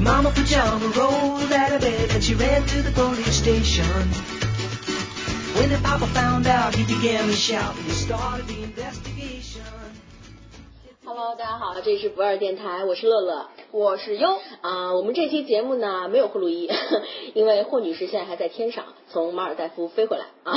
Mama Pajama rolled out of bed and she ran to the police station. When the Papa found out, he began to shout. He started the investigation. Hello，大家好，这里是不二电台，我是乐乐。我是优，啊、我们这期节目呢没有霍路伊， 因为霍女士现在还在天上，从马尔代夫飞回来啊。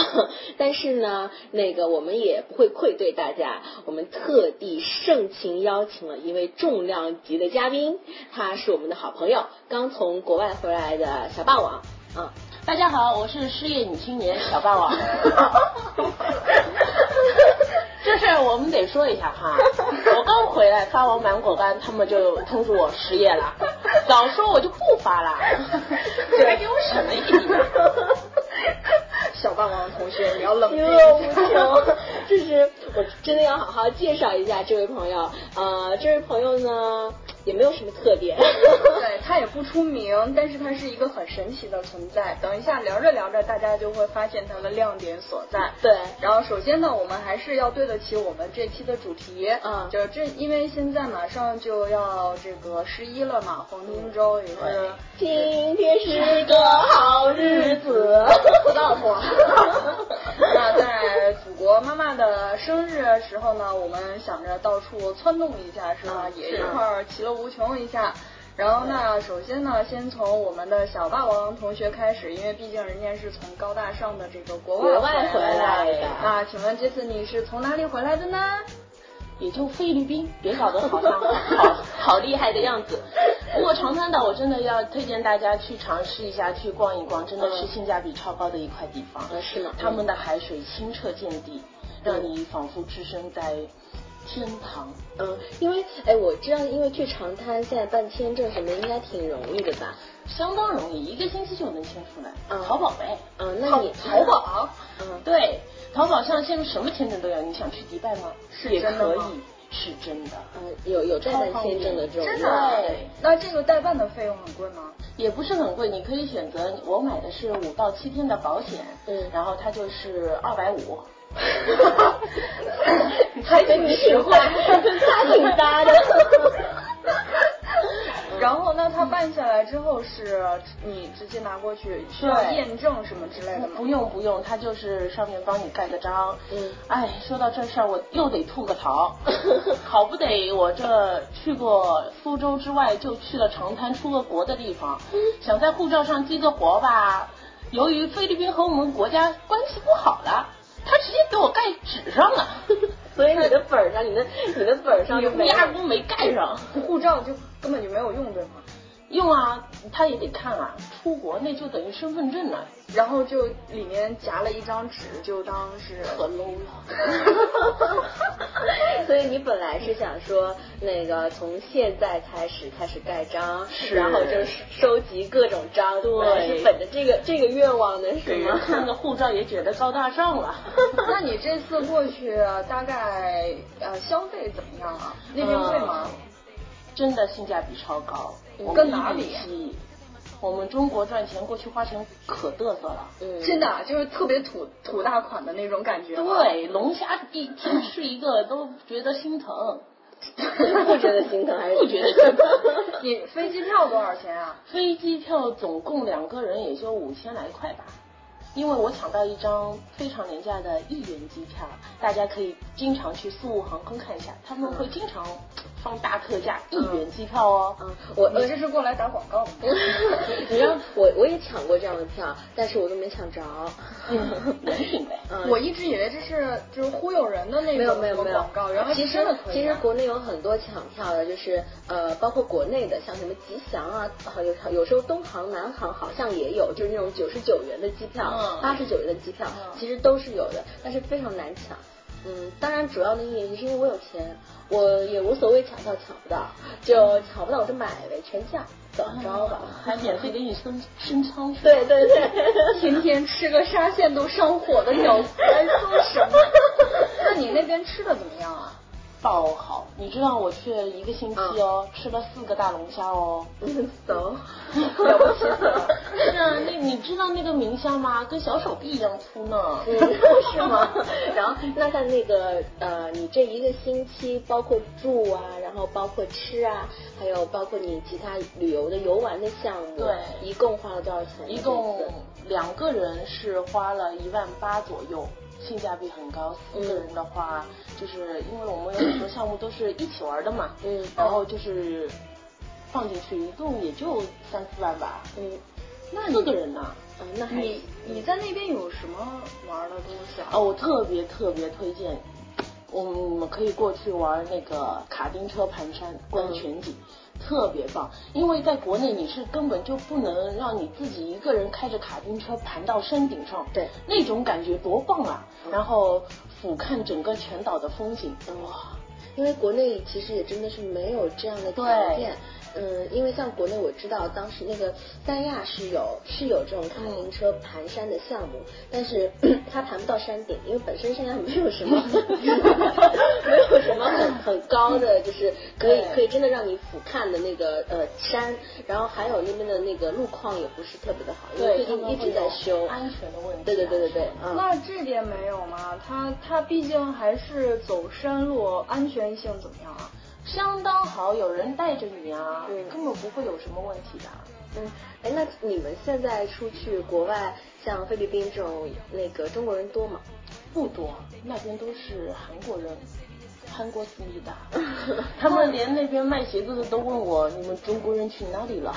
但是呢，那个我们也不会愧对大家，我们特地盛情邀请了一位重量级的嘉宾，他是我们的好朋友，刚从国外回来的小霸王啊。大家好，我是失业女青年小霸 王。这事儿我们得说一下哈，我刚回来发完满果干，他们就通知我失业了。早说我就不发了，你还给我省了一笔。小霸王同学你要冷静不 行，就是我真的要好好介绍一下这位朋友。呃，这位朋友呢也没有什么特点， 对他也不出名，但是他是一个很神奇的存在。等一下聊着聊着，大家就会发现他的亮点所在。对然后首先呢，我们还是要对得起我们这期的主题，嗯就是这，因为现在马上就要这个十一了嘛，黄金周也是今天是个好日子，不到货。 那在祖国妈妈的生日的时候呢，我们想着到处窜动一下，是吧？嗯也是一块儿其乐无穷一下。然后呢，首先呢，先从我们的小霸王同学开始，因为毕竟人家是从高大上的这个国国外外回来来的那请问这次你是从哪里回来的呢？也就菲律宾，别搞得好像好好厉害的样子。不过长滩岛我真的要推荐大家去尝试一下，去逛一逛，真的是性价比超高的一块地方。嗯是吗他们的海水清澈见底，让你仿佛置身在天堂。嗯，因为哎，我知道，因为去长滩现在办签证什么应该挺容易的吧？相当容易，一个星期就能签出来。嗯淘宝呗。嗯，那你淘淘宝。嗯，对，淘宝上现在什么签证都有，你想去迪拜吗？是也真的可吗以，是真的。嗯，有有代办签证的这种，真的哎对？那这个代办的费用很贵吗？也不是很贵，你可以选择我买的是五到七天的保险，嗯然后它就是二百 五。还跟你实惠，他挺搭 的。嗯然后呢，他办下来之后是你直接拿过去，需要对验证什么之类的吗？呃不用不用，它就是上面帮你盖个章。嗯哎，说到这事儿，我又得吐个 槽，好不得我这去过苏州之外，就去了长滩出个国的地方，嗯想在护照上激个活吧。由于菲律宾和我们国家关系不好了，他直接给我盖纸上了， 所以你的本儿上，你的你的本儿上就没压根没盖上。护照就根本就没有用，对吗？用啊，他也得看啊，出国那就等于身份证了，然后就里面夹了一张纸，就当是可 low 了。 所以你本来是想说，那个从现在开始开始盖章，是然后就是收集各种章，对本来是本着这个这个愿望的是给人吗？看个护照也觉得高大 上了。那你这次过去大概呃消费怎么样啊？那边贵吗？真的性价比超高。嗯我跟们哪里一比七？我们中国赚钱过去花钱可嘚瑟了。嗯真的啊就是特别土土大款的那种感觉。， 对，龙虾一天吃一个都觉得心疼， 不觉得心疼还是不觉得心疼。你飞机票多少钱啊？飞机票总共两个人也就五千来块吧，因为我抢到一张非常廉价的一元机票，大家可以经常去苏雾航空看一下，他们会经常放大特价，一元机票哦。嗯，我你这是过来打广 告吗？ 嗯你知道我我也抢过这样的票，但是我都没抢着。嗯人 品呗。嗯我一直以为这是就是忽悠人的那没有种没什有么没有广告，原来其是实真的可以其实啊国内有很多抢票的，就是呃，包括国内的，像什么吉祥啊，好有有时候东航、南航好像也有，就是那种九十九元的机票嗯，八十九元的机票，嗯其实都是有的，但是非常难抢。嗯，当然主要的原因是因为我有钱，我也无所谓抢票抢不到，就抢不到我就买呗，全价怎么着吧。还 免费给你升升 舱是吧？对对 对，天天吃个沙哎 县都上火的饺子，还说什么？那你那边吃的怎么样啊？嗯爆好。你知道我去了一个星期哦，吃了四个大龙虾 哦。走，了了不不起起了了！是啊，那你知道那个明虾吗？跟小手臂一样粗呢。 嗯，是吗？然后那在那个呃，你这一个星期，包括住啊，然后包括吃啊，还有包括你其他旅游的游玩的项目，对一共花了多少钱呢？一共这次两个人是花了一万八左右，性价比很高。四嗯个人的话，就是因为我们有很多项目都是一起玩的嘛，嗯然后就是放进去一共也就三四万吧。嗯，那四个人呢？啊那还你你在那边有什么玩的东西啊？哦，我特别特别推荐，我们可以过去玩那个卡丁车盘山观全景。特别棒，因为在国内你是根本就不能让你自己一个人开着卡丁车盘到山顶上，对，那种感觉多棒啊！然后俯瞰整个全岛的风景，哇，因为国内其实也真的是没有这样的条对件。嗯，因为像国内我知道，当时那个三亚是有是有这种卡丁车盘山的项目，但是 它盘不到山顶，因为本身三亚没有什 么没有什么很很高的，就是可以对可以真的让你俯瞰的那个呃山，然后还有那边的那个路况也不是特别的好，因为最他近们一会直在有修。安全的问题啊，对对对对对，嗯。那这边没有吗？它它毕竟还是走山路，安全性怎么样啊？相当好，有人带着你啊，嗯根本不会有什么问题的。嗯，哎，那你们现在出去国外，像菲律宾这种那个中国人多吗？不 多，那边都是韩国人，韩国思 密达，他们连那边卖鞋子的都问我，你们中国人去哪里了？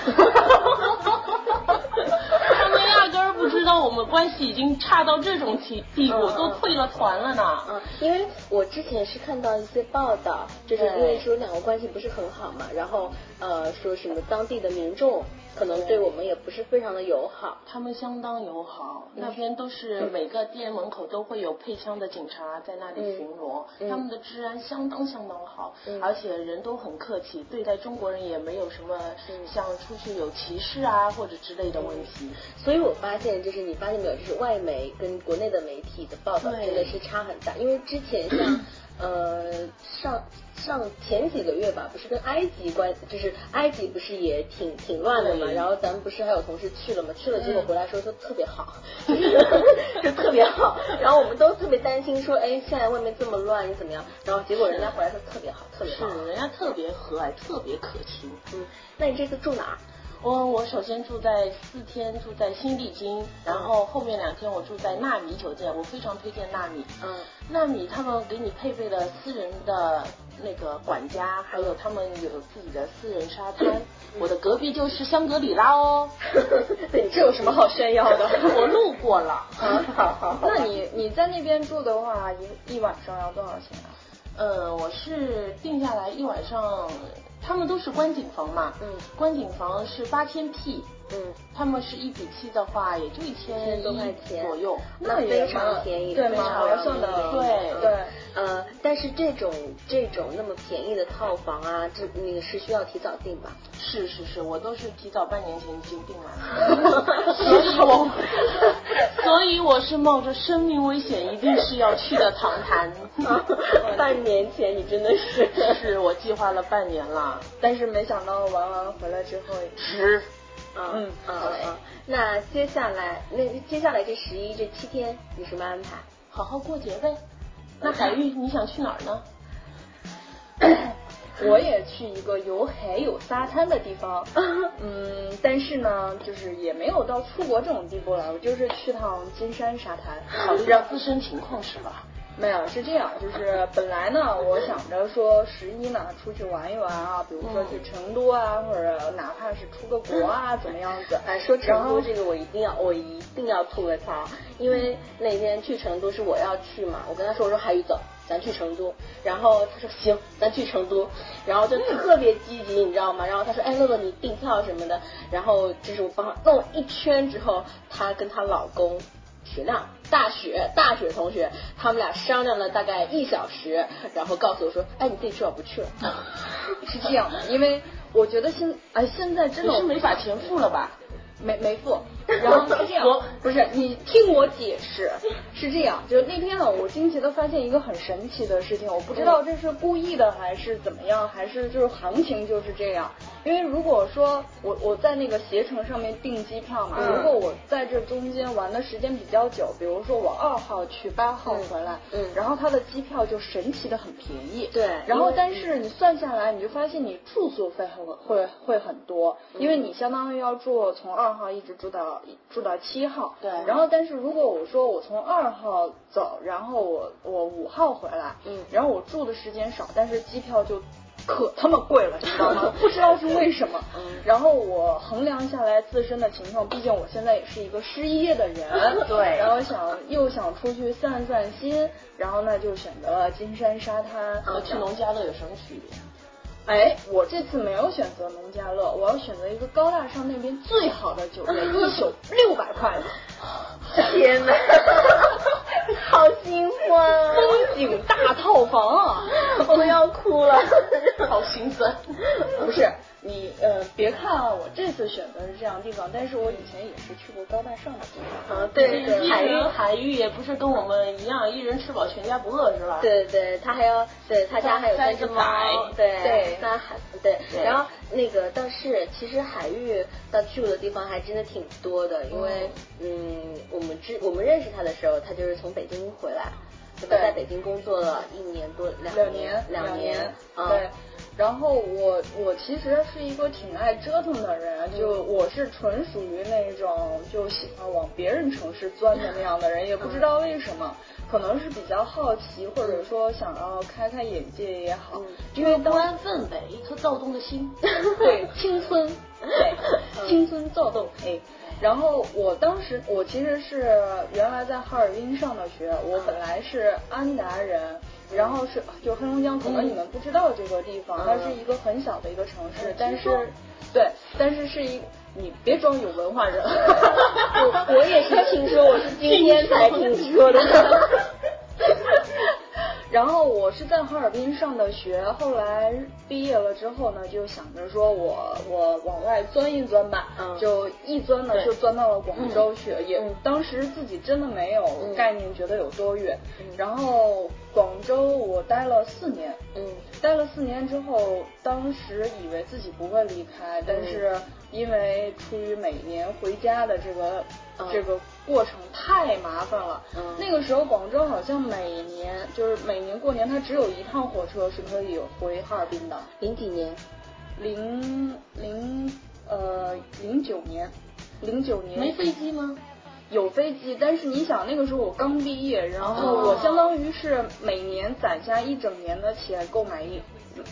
他们压根儿不知道我们关系已经差到这种地地步，嗯都退了团了呢。嗯，因为我之前是看到一些报道，就是因为对说两国关系不是很好嘛，然后呃说什么当地的民众可能对我们也不是非常的友好。他们相当友好，那边都是每个店门口都会有配枪的警察在那里巡逻，嗯嗯他们的治安相当相当好，嗯而且人都很客气，对待中国人也没有什么嗯像出去有歧视啊或者之类的问题。所以我发现，就是你发现没有，就是外媒跟国内的媒体的报道对真的是差很大。因为之前 像呃上上前几个月吧，不是跟埃及关，就是埃及不是也挺挺乱的嘛。对然后咱们不是还有同事去了嘛，去了结果嗯回来说说特别好， 就特别好。然后我们都特别担心说，哎，现在外面这么乱，你怎么样？然后结果人家回来说特别好，特别好。是，人家特别和蔼，特别可亲。嗯，那你这次住哪儿？我我首先住在四天，住在新丽晶，然后后面两天我住在纳米酒店，我非常推荐纳米。嗯，纳米他们给你配备了私人的那个管家，还有他们有自己的私人沙滩。嗯我的隔壁就是香格里拉哦， 对，这有什么好炫耀的？我路过了。 好好好。 那你你在那边住的话，一一晚上要多少钱啊？呃，我是定下来一晚上，他们都是观景房嘛，嗯观景房是八千 P，嗯。他们是一比七的话，也就一千1000多块钱左右。那非常便宜，对非蛮常划算的便宜对对呃，但是这种这种那么便宜的套房啊，这那个是需要提早订吧？是是是，我都是提早半年前已经订了，所以我所以我是冒着生命危险一定是要去的唐坛。 半年前你真的是，是我计划了半年了，但是没想到玩完回来之后，值。嗯嗯嗯嗯。那接下来那接下来这十一这七天有什么安排？好好过节呗。那海玉，你想去哪儿呢？我也去一个有海有沙滩的地 方，嗯，但是呢，就是也没有到出国这种地步了，我就是去趟金山沙滩。考虑到自身情况是吧？没有，是这样，就是本来呢，我想着说十一呢出去玩一玩啊，比如说去成都啊，或者哪怕是出个国啊，怎么样子？哎，说成然都后这个我一定要，我一定要吐个槽，因为那天去成都是我要去嘛，我跟他说我说海宇走，咱去成都，然后他说行，咱去成都，然后就特别积极，你知道吗？然后他说哎乐乐你订票什么的，然后就是我帮他弄一圈之后，她跟她老公雪亮。大雪，大雪同学，他们俩商量了大概一小时，然后告诉我说：“哎，你自己去，我不去了。 是这样的，因为我觉得现哎现在真你的是没把钱付了吧？没没付，然后是 这样，不是你听我解释，是这样，就是那天呢，我惊奇的发现一个很神奇的事情，我不知道这是故意的还是怎么样，还是就是行情就是这样。因为如果说我我在那个携程上面订机票嘛，嗯如果我在这中间玩的时间比较久，比如说我二号去八号回来，嗯嗯然后它的机票就神奇的很便宜，对然后因为但是你算下来，你就发现你住宿费会会会很多，因为你相当于要住从二号一直住到住到七号，对然后但是如果我说我从二号走，然后我我五号回来，嗯然后我住的时间少，但是机票就。可他妈贵了，你知道吗？不知道是为什么。嗯然后我衡量下来自身的情况，毕竟我现在也是一个失业的人，对然后想又想出去散散心，然后呢就选择了金山沙滩和去农家乐有什么区别？哎，我这次没有选择农家乐，我要选择一个高大上那边最好的酒店，一宿六百块的，天 哪，好心酸啊，风景大套房 啊！我要哭 了。好心酸。不是你呃，别看啊，我这次选择是这样的地方，但是我以前也是去过高大上的地方。啊，对对，海海域域。海域也不是跟我们一样，一人吃饱全家不饿是吧？，对对，他还要对他家还有三只猫三只，对对三海对，对然后那个但是其实海域他去过的地方还真的挺多的，因为嗯我们知我们认识他的时候，他就是从北京回来，对吧？对在北京工作了一年多两两年年，两年，啊，对。然后我我其实是一个挺爱折腾的人，嗯就我是纯属于那种就喜欢往别人城市钻的那样的人，也不知嗯道为什么，可能是比较好奇，或者说想要开开眼界也好嗯，因为不当安分呗，一颗躁动的心。对，青春， 对，青春躁动，哎。然后我当时，我其实是原来在哈尔滨上的学，我本来是安达人，然后是就黑龙江，可能你们不知道这个地方，它是一个很小的一个城嗯市，但是对，但是是一，你别装有文化人，我 我也是听说，我是今天才听 说的。然后我是在哈尔滨上的学，后来毕业了之后呢，就想着说我我往外钻一钻吧，嗯就一钻呢对就钻到了广州去，也、嗯当时自己真的没有嗯概念，觉得有多远。嗯然后广州我待了四年，嗯待了四年之后，当时以为自己不会离开，但是嗯因为出于每年回家的这个、嗯这个过程太麻烦了。嗯那个时候广州好像每年就是每年过年，它只有一趟火车是可以回哈尔滨的。零几年，零零呃零九年，零九年没飞机吗？有飞机，但是你想那个时候我刚毕业，然后哦我相当于是每年攒下一整年的钱购买一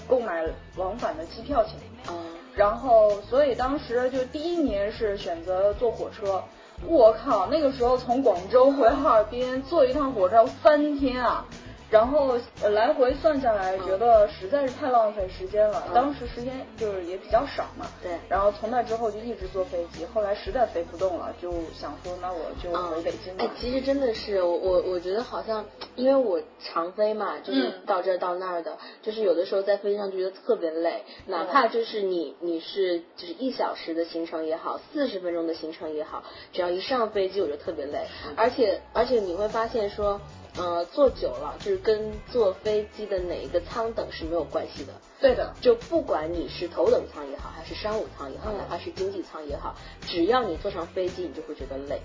购买往返的机票钱，啊，然后所以当时就第一年是选择坐火车。我靠，那个时候从广州回哈尔滨坐一趟火车要三天啊，然后呃来回算下来，觉得实在是太浪费时间了。嗯当时时间就是也比较少嘛，对然后从那之后就一直坐飞机，后来实在飞不动了，就想说那我就回北京吧。哎，其实真的是我我我觉得好像，因为我常飞嘛，就是嗯到这儿到那儿的，就是有的时候在飞机上就觉得特别累，哪怕就是你你是就是一小时的行程也好，四十分钟的行程也好，只要一上飞机我就特别累，嗯而且而且你会发现说，呃，坐久了就是跟坐飞机的哪一个舱等是没有关系的，对的，就不管你是头等舱也好，还是商务舱也好，嗯哪怕是经济舱也好，只要你坐上飞机，你就会觉得累。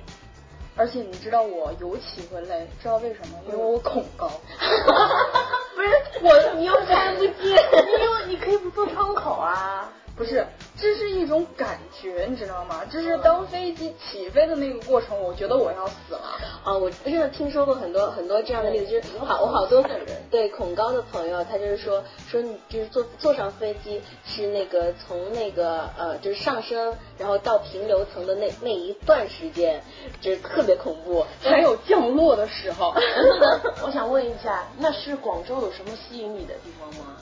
而且你知道我尤其会累，知道为什么？因为我 恐 高。不是我，你又看不见。因为你可以不坐窗口啊。不是，这是一种感觉，你知道吗？就是当飞机起飞的那个过程，我觉得我要死了。啊，我真的听说过很多很多这样的例子，就是好我好多对恐高的朋友，他就是说说你就是坐坐上飞机是那个从那个呃就是上升然后到平流层的那那一段时间，就是特别恐怖。还有降落的时候， 我想问一下，那是广州有什么吸引你的地方吗？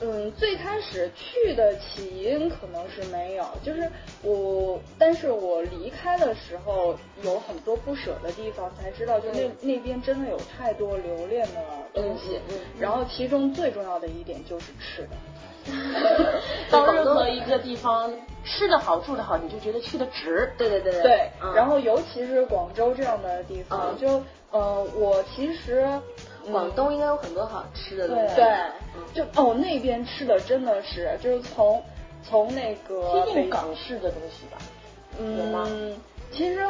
嗯，最开始去的起因可能是没有，就是我，但是我离开的时候有很多不舍的地方，才知道就那、那边真的有太多留恋的东西。嗯嗯嗯然后其中最重要的一点就是吃的，到任何一个地方嗯吃的好住的好，你就觉得去的值。对对对对，嗯然后尤其是广州这样的地方，嗯就呃，我其实嗯广东应该有很多好吃的东对西。嗯就哦那边吃的真的是就是从从那个接北近港式的东西吧。有吗嗯，其实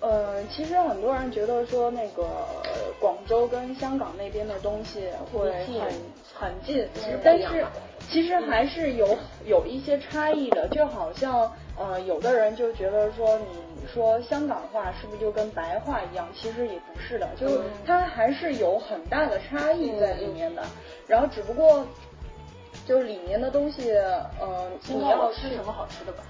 呃，其实很多人觉得说那个呃广州跟香港那边的东西会近很很近嗯，但不一是样其实还是有有一些差异的，就好像呃，有的人就觉得说你说香港话是不是就跟白话一样？其实也不是的，就是它还是有很大的差异在里面的，然后只不过。就是里面的东西，呃，应你该要我吃什么好吃的吧？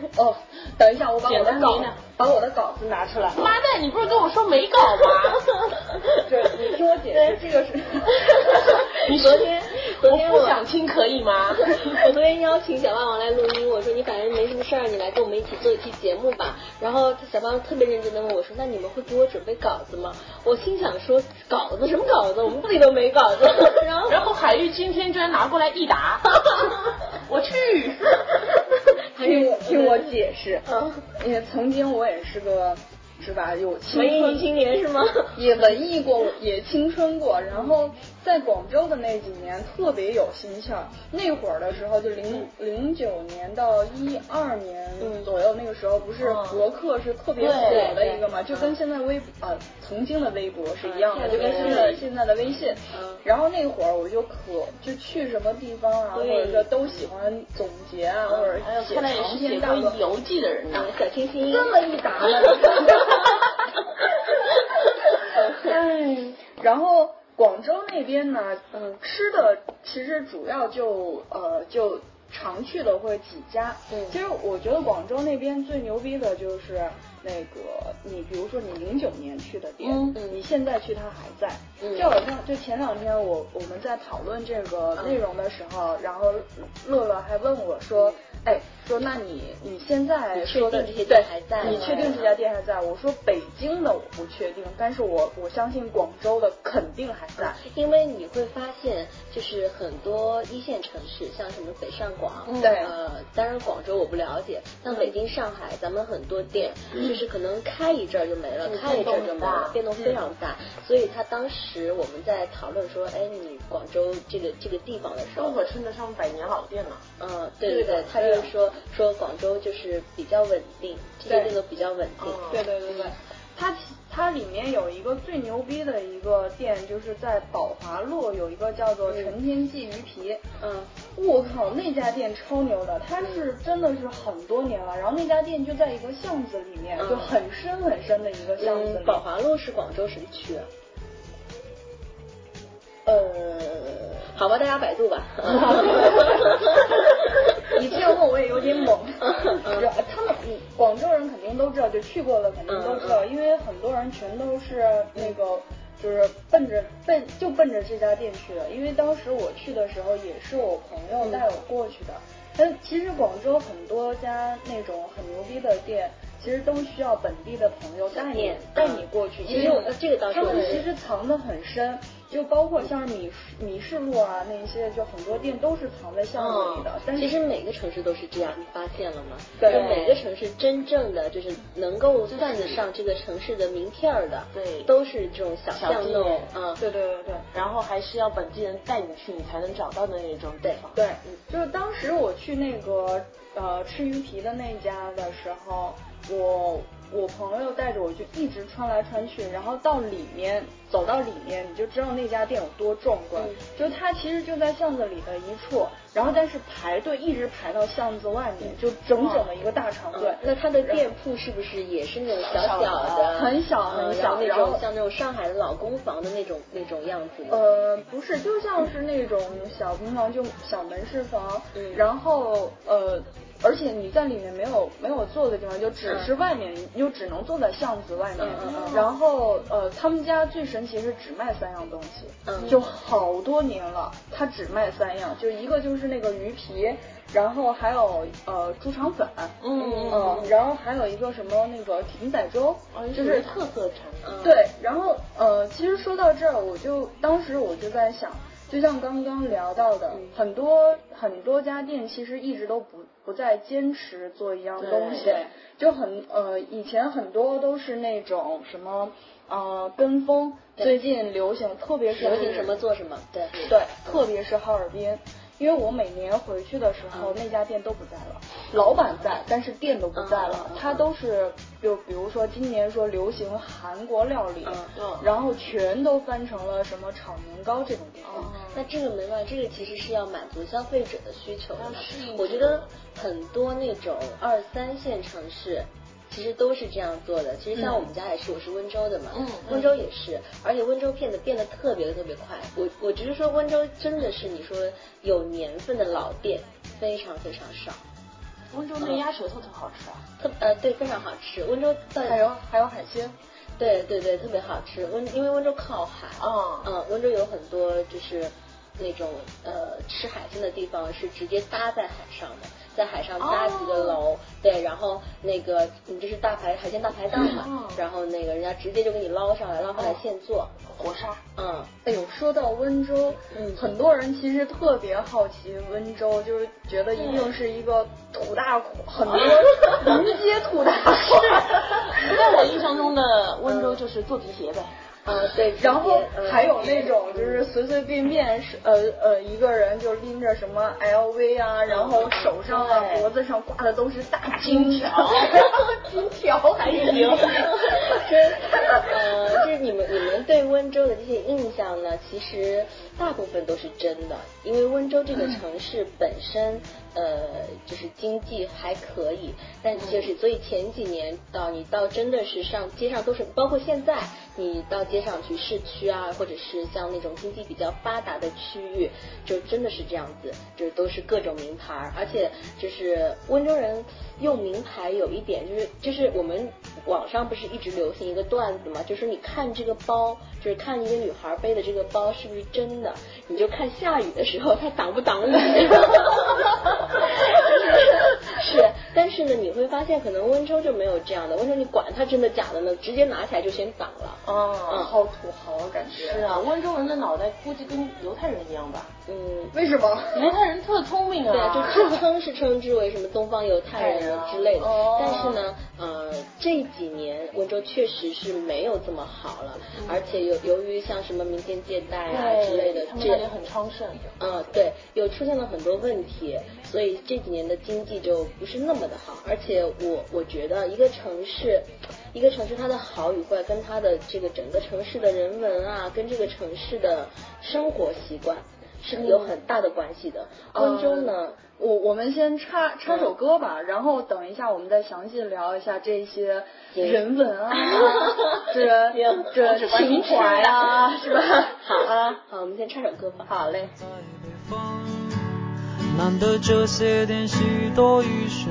哦，等一下，我把我简的单稿明了把我的稿子拿出 来。妈蛋，你不是跟我说没搞吗？ 对，你听我解释，这 个是你昨天昨天我我不想听可以吗？ 我昨天邀请小霸王来录音，我说你反正没什么事儿，你来跟我们一起做一期节目吧。然后小霸王特别认真的问我说：“那你们会给我准备稿子吗？”我心想说：“稿子什么稿子？我们自己都没稿子。” 然后 然后海玉今天居然拿过来一打， 我 去！还 听是我听我解释。嗯，因为曾经我也是个，是吧？有青文艺春女青年是 吗？也文艺过，也青春过。然后在广州的那几年特别有心气儿。那会儿的时候，就零零九年到一二年嗯左右，那个时候不是嗯博客是特别对火的一个嘛，对就跟现在微呃曾经的微博是一样的，嗯就跟现对在现在的微信。嗯然后那会儿我就可就去什么地方啊，都或愿意者说都喜欢总结啊，或者嗯还有写看来也长是篇写大过论。游记的人呢。嗯，小清新。这么一打呢 嗯哎，然后广州那边呢，嗯，吃的其实主要就呃就常去的会几家。嗯其实我觉得广州那边最牛逼的就是那个你，比如说你零九年去的店，嗯你现在去它还在。嗯就好像就前两天我我们在讨论这个内容的时候，然后乐乐还问我说。哎，说那你你现在嗯你确说的定这些对店还在你吗确定这家店还在？我说北京的我不确定，但是我我相信广州的肯定还在。因为你会发现，就是很多一线城市，像什么北上广，嗯对呃，当然广州我不了解，像北京、上海，咱们很多店就是可能开一阵儿就没了，嗯开一阵儿就没了，变变动动非常大。所以他当时我们在讨论说，哎，你广州这个这个地方的时候都，可称得上百年老店了。嗯，对对对对的，他就是说说广州就是比较稳定，这些对店都比较稳定。嗯对对对对，它其它里面有一个最牛逼的一个店，就是在宝华路有一个叫做嗯陈天记鱼皮。嗯，我靠，那家店超牛的，它是真的是很多年了。然后那家店就在一个巷子里面，嗯就很深很深的一个巷子里嗯，。宝华路是广州什么区啊？呃，好吧，大家百度吧。 你这样问我也有点懵。嗯然后他们嗯广州人肯定都知道，就去过的肯定都知道，嗯嗯因为很多人全都是那个。就是奔着奔就奔着这家店去的，因为当时我去的时候也是我朋嗯友带我过去的。但其实广州很多家那种很牛逼的店，其实都需要本地的朋友带你店带你过去，嗯因其实为我这个倒是他们我也其实藏得很深，就包括像是米市米市路啊那些，就很多店都是藏在巷子里的。但嗯是其实每个城市都是这样，你发现了吗？对就每个城市真正的就是能够算得上这个城市的名片儿的，对都是这种小小巷店弄，嗯，对对对对然后还是要本地人带你去，你才能找到的那种地方。对，嗯就是当时我去那个呃吃鱼皮的那家的时候，我我朋友带着我就一直穿来穿去，然后到里面走到里面，你就知道那家店有多壮观。嗯就是它其实就在巷子里的一处，然后但是排队一直排到巷子外面，就整整的一个大长队嗯。那它的店铺是不是也是那种小小的，很小嗯很小然后那然后种像那种上海的老公房的那种那种样子的？呃，不是，就像是那种小平房，就小门市房，嗯然后呃，而且你在里面没有没有坐的地方，就只嗯是外面，你就只能坐在巷子外面。嗯嗯嗯然后呃，他们家最神奇是只卖三样东西，嗯就好多年了，他只卖三样，就一个就是那个鱼皮，然后还有呃猪肠粉，嗯嗯嗯，然后还有一个什么那个艇仔粥，就哎就是是特色产品。嗯，对，然后呃，其实说到这儿，我就当时我就在想，就像刚刚聊到的，嗯很多很多家店其实一直都不不再坚持做一样东西对，就很呃，以前很多都是那种什么呃跟风，对最近流行，特别是流行什么做什么，对对，特别是哈尔滨，因为我每年回去的时候，嗯那家店都不在了，老板在，但是店都不在嗯了嗯嗯，它都是就比如说今年说流行韩国料理嗯嗯，然后全都翻成了什么炒年糕这种地哦方。那这个没办法，这个其实是要满足消费者的需求的要适应。我觉得很多那种二三线城市。其实都是这样做的。其实像嗯我们家也是，我是温州的嘛，嗯温州也是，而且温州变得变得特别的特别快。我我只是说温州真的是你说有年份的老店非常非常少，温州那鸭舌头特好吃啊，特呃对非常好吃。温州到还有还有海鲜，对对对特别好吃。温因为温州靠海，嗯嗯，温州有很多就是那种呃吃海鲜的地方是直接搭在海上的，在海上搭几哦个楼，对，然后那个你就是大排海鲜大排档嘛，嗯然后那个人家直接就给你捞上来，捞上来哦现做，火烧，嗯，哎呦，说到温州，嗯很多人其实特别好奇温州，就是觉得一嗯定是一个土大苦，很多沿街土大苦。 在我印象中的温州就是做皮鞋呗，呃对，然后直接呃还有那种就是随随便便是呃呃一个人就拎着什么 LV 啊，然后手上啊对嗯脖子上挂的都是大金条，嗯 金条还是行，真呃，就是你们你们对温州的这些印象呢，其实大部分都是真的，因为温州这个城市本身，呃，就是经济还可以，但就是所以前几年到你到真的是上街上都是，包括现在你到街上去市区啊，或者是像那种经济比较发达的区域，就真的是这样子，就是都是各种名牌儿，而且就是温州人用名牌有一点就是就是我们网上不是一直流行一个段子嘛，就是你看这个包，就是看一个女孩背的这个包是不是真的，你就看下雨的时候它挡不挡雨。 是，但是呢，你会发现可能温州就没有这样的，温州你管它真的假的呢，直接拿起来就先挡了。哦，好土豪感觉。 是啊，温州人的脑袋估计跟犹太人一样吧，嗯，为什么？犹太人特聪明对啊，就啊，是称是称之为什么东方犹太人啊之类的哦。但是呢，呃，这几年温州确实是没有这么好了，而且由由于像什么民间借贷啊之类的嗯对，他，们那这里很昌盛。，嗯，对，有出现了很多问题，所以这几年的经济就不是那么的好。而且我我觉得一个城市，一个城市它的好与坏，跟它的这个整个城市的人文啊，跟这个城市的生活习惯是有很大的关系的。温州呢，我我们先插嗯插首歌吧，然后等一下我们再详细聊一下这些行人文 啊， 这行这我只关情心吃的怀 啊，是吧？好啊，好，我们先唱首歌吧。好嘞。在北方，难得这些天许多雨水。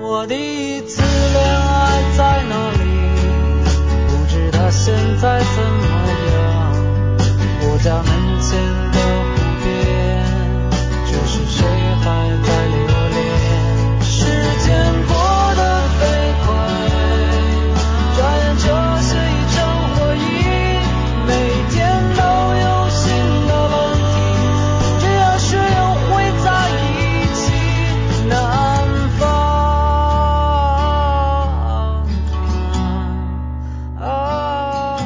我第一次恋爱在哪里？不知道现在怎么样。我家门前的湖边，这是谁还在留恋？时间过得飞快，转眼这是一场回忆，每天都有新的问题，只要是有会在一起。南方。啊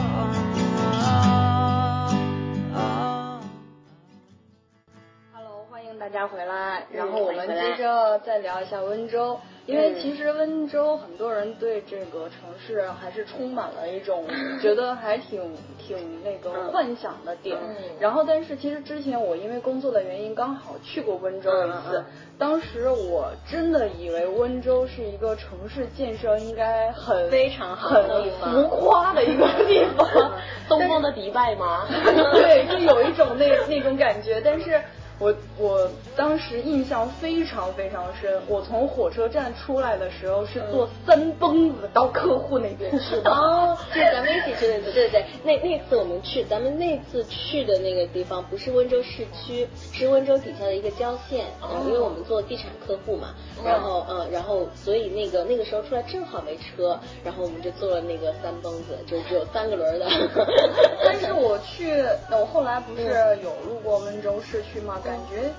Hello，欢迎大家回来。嗯啊然后我们欢迎回来接着再聊一下温州。因为嗯其实温州很多人对这个城市还是充满了一 种觉得还挺挺那个嗯幻想的点嗯。然后，但是其实之前我因为工作的原因刚好去过温州一嗯嗯次嗯，当时我真的以为温州是一个城市建设应该很非常好很的地方浮夸的一个地 方东方的迪拜吗？ 对，就有一种那那种感觉。但是我我当时印象非常非常深，我从火车站出来的时候是嗯坐三蹦子 到客户那边去 的。哦，是咱们一起去的，对对对，那那次我们去，咱们那次去的那个地方不是温州市区，是温州底下的一个郊县，呃哦因为我们做地产客户嘛，哦然后嗯，然后所以那个那个时候出来正好没车，然后我们就坐了那个三蹦子，就只有三个轮儿的， 但是我去，我后来不是嗯有路过温州市区嘛，感觉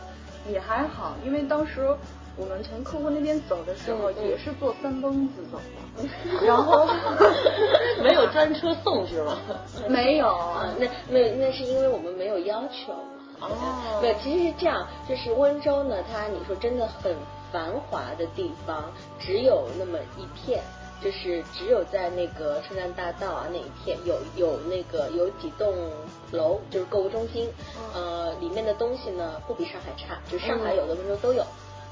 也还好，因为当时我们从客户那边走的时候嗯嗯也是坐三蹦子走 的，然后 没有专嗯车送是吗？没有，啊，那那那是因为我们没有要求嘛。哦对，其实是这样，就是温州呢，它你说真的很繁华的地方，只有那么一片，就是只有在那个圣诞大道啊那一片有有那个有几栋楼，就是购物中心，呃，里面的东西呢不比上海差，就上海有的温州都有。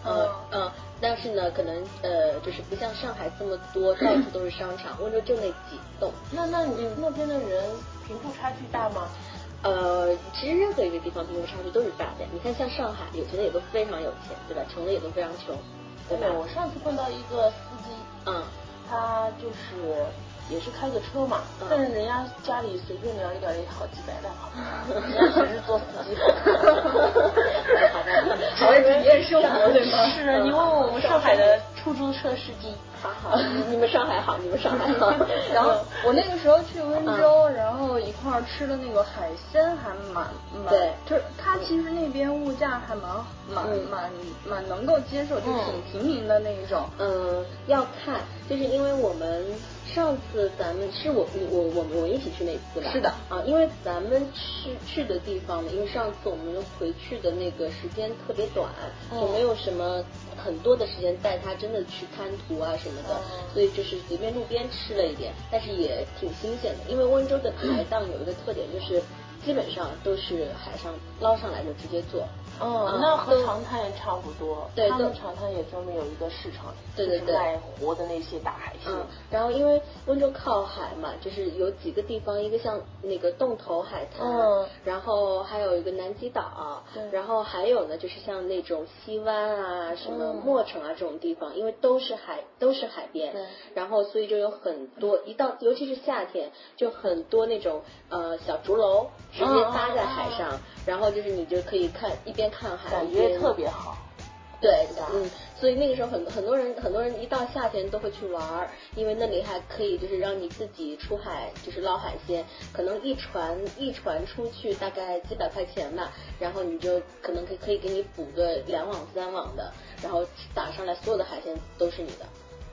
呃呃，但是呢，可能呃，就是不像上海这么多，到处都是商场，温州就那几栋，那那你那边的人贫富差距大吗？呃，其实任何一个地方贫富差距都是大的。你看，像上海，有钱的也都非常有钱，对吧？穷的也都非常穷，对吧？对，哦我上次碰到一个司机， 嗯，他就是也是开个车嘛，嗯但是人家家里随便聊一聊也好几百万 好吧，人家只是做司机的。好的好好嗯体嗯验生活对吗？。是啊，你问问我们上海的出租车司机，好好，你们上海好，你们上海 好然后我那个时候去温州，然后一块儿吃的那个海鲜还蛮蛮，对就是它其实那边物价还蛮蛮嗯蛮蛮能够接受，就挺平民的那一种。嗯，要看，就是因为我们上次咱们是我你我我们我们一起去那次吧？是的啊，因为咱们去去的地方呢，因为上次我们回去的那个时间特别短，嗯就没有什么很多的时间带他真的去看图啊什么的，嗯所以就是随便路边吃了一点，但是也挺新鲜的。因为温州的排档有一个特点就是。基本上都是海上捞上来就直接做，嗯嗯，那和都长滩也差不多，对他都们长滩也专门有一个市场，对对就是对卖活的那些大海鲜。嗯，然后因为温州靠海嘛，就是有几个地方，一个像那个洞头海滩，嗯然后还有一个南极岛对，然后还有呢就是像那种西湾啊、什么嗯墨城啊这种地方，因为都是海，都是海边对，然后所以就有很多，一到尤其是夏天，就很多那种呃小竹楼直接嗯搭在海上，然后就是你就可以看一边看海，感一边觉特别好。对是吧，嗯，所以那个时候很很多人很多人一到夏天都会去玩儿，因为那里还可以就是让你自己出海，就是捞海鲜，可能一船一船出去大概几百块钱吧，然后你就可能可以可以给你捕个两网三网的，然后打上来所有的海鲜都是你的。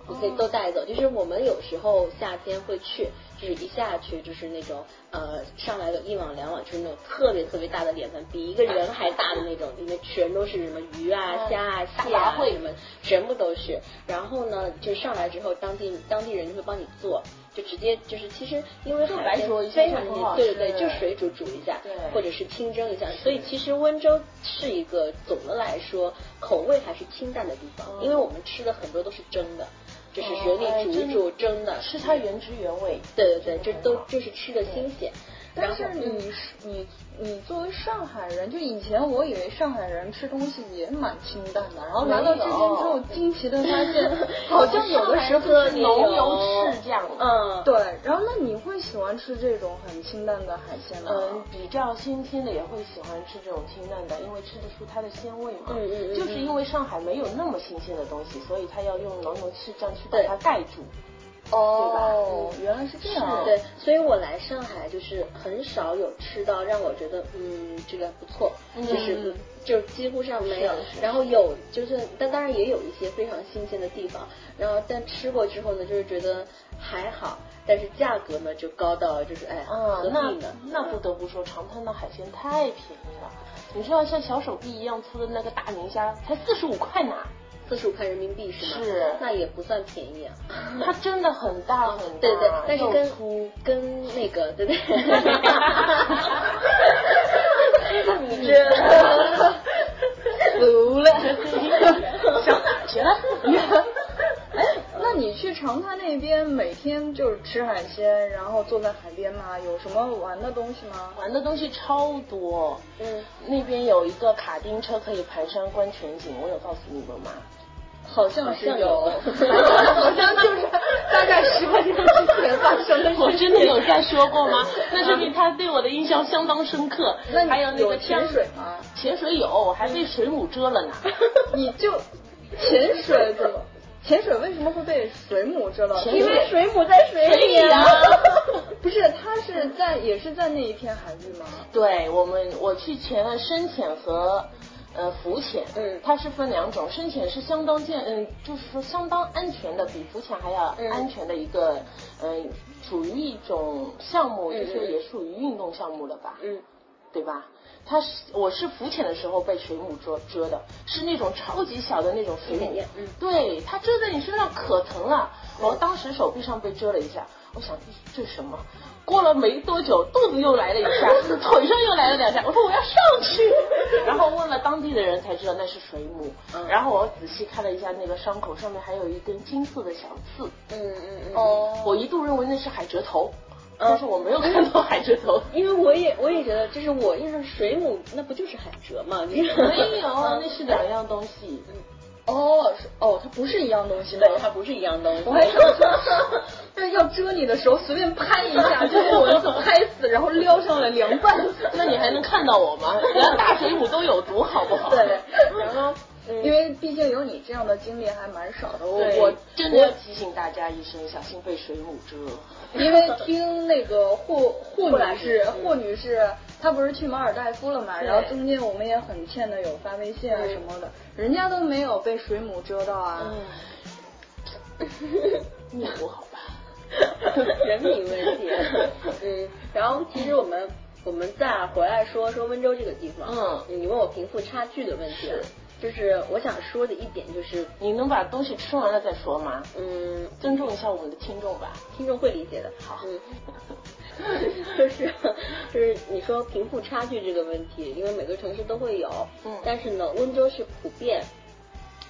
你哦可以都带走，就是我们有时候夏天会去，就是一下去就是那种呃上来个一网两网，就是那种特别特别大的脸盆，比一个人还大的那种，里面全都是什么鱼啊、嗯虾啊、大蟹啊杂烩什么，全部都是。然后呢，就上来之后，当地当地人就会帮你做，就直接就是其实因为就海白鲜灼一下非就常很容易好对对对，吃就水煮煮一下，对或者是清蒸一下。所以其实温州是一个总的来说口味还是清淡的地方，嗯因为我们吃的很多都是蒸的。就是水里煮一煮蒸的，哦哎吃它原汁原味。对对对，就都很好就是吃的新鲜。但然是后你是你你作为上海人，就以前我以为上海人吃东西也蛮清淡的，然后来到这边之后，惊奇的发现好像有的时候喝浓油赤酱嗯，对，然后那你会喜欢吃这种很清淡的海鲜吗？嗯，比较新鲜的也会喜欢吃这种清淡的，因为吃得出它的鲜味嘛。嗯嗯嗯就是因为上海没有那么新鲜的东西，所以它要用浓浓赤酱去把对它盖住。哦，原来是这样。对，所以我来上海就是很少有吃到让我觉得嗯这个不错，就是呃嗯就是几乎上没有是是。然后有就是，但当然也有一些非常新鲜的地方。然后但吃过之后呢，就是觉得还好，但是价格呢就高到就是哎何嗯，必呢那？那不得不说，长滩的海鲜太便宜了。你知道像小手臂一样粗的那个大明虾才四十五块呢，四十五块人民币是吗？是那也不算便宜啊。它真的很大很大，对对，但是又跟粗。跟那个 对对。 你这服 了，想哪儿去了？哎， 那你去长滩那边每天就是吃海鲜，然后坐在海边吗？有什么玩的东西吗？玩的东西超多，嗯，那边有一个卡丁车可以盘山观全景，我有告诉你们吗？好像是好像有有，好像 就是大概十块钱之前发生的事情。我真的有在说过吗？那说明他对我的印象相当深刻。 嗯那你还有那个江潜水？吗？潜水有，我还被水母蛰 了呢。你就潜水怎么？潜水为什么会被水母蛰了？潜水因为水母在水里啊 水里啊。不是，它是在也是在那一片海域吗？对我们，我去潜了深潜和呃浮潜，嗯它是分两种，深潜是相当健，嗯，就是说相当安全的，比浮潜还要嗯安全的一个，嗯、属于一种项目，嗯嗯就是也属于运动项目了吧，嗯，对吧？它是我是浮潜的时候被水母蛰蛰的，是那种超级小的那种水一母点点，嗯对，它蛰在你身上可疼了，我当时手臂上被蛰了一下，我想这是什么？过了没多久，肚子又来了一下， 腿上又来了两下，我说我要上去， 然后问了当地的人才知道那是水母，嗯然后我仔细看了一下那个伤口，上面还有一根金色的小刺，嗯嗯嗯。哦我一度认为那是海蜇头，但是我没有看到海蜇头。因为我也我也觉得，就是我印象水母那不就是海蜇吗？没没有，啊那是两样东西。哦是哦，它不是一样东西吗？对，它不是一样东西。 我还想 说，就是要蛰你的时候随便拍一下，就被蚊子拍死，然后撩上了凉拌。那你还能看到我吗？人家大水母都有毒，好不好？对，然后，嗯因为毕竟有你这样的经历还蛮少的，我对，我真的要提醒大家一声，小心被水母 蛰。因为听那个霍霍霍老女士师，霍女士她不是去马尔代夫了嘛，对然后中间我们也很欠的有发微信啊什么的，人家都没有被水母蛰到啊。嗯 你不好吧？人品问 题。嗯，然后其实我们我们再回来说说温州这个地方。嗯你问我贫富差距的问题啊，就是我想说的一点就是，你能把东西吃完了再说吗？嗯，尊重一下我们的听众吧。听众会理解的。好嗯， 就是就是你说贫富差距这个问题，因为每个城市都会有，嗯但是呢，温州是普遍。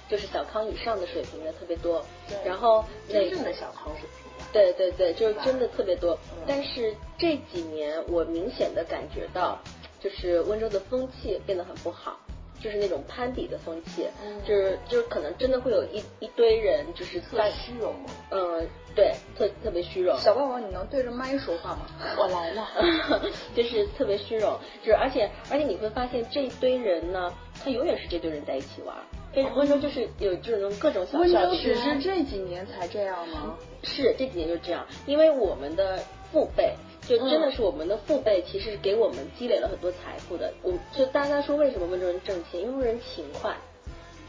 就是小康以上的水平的特别多对，然后那真正的小康水平吧。对对对，就是是吧真的特别多嗯。但是这几年我明显的感觉到，就是温州的风气变得很不好，就是那种攀比的风气，嗯就是就是可能真的会有一一堆人就是特在虚荣吗？嗯、对特特别虚荣，小宝宝，你能对着麦说话吗？我来了。 就是特别虚荣，就是而且而且你会发现这一堆人呢，他永远是这堆人在一起玩儿。但是温州就是有这种各种小温小州区只是这几年才这样吗？是这几年就这样，因为我们的父辈。就真嗯的是我们的父辈，其实给我们积累了很多财富的。我就大家说为什么温州人挣钱，因为温州人勤快。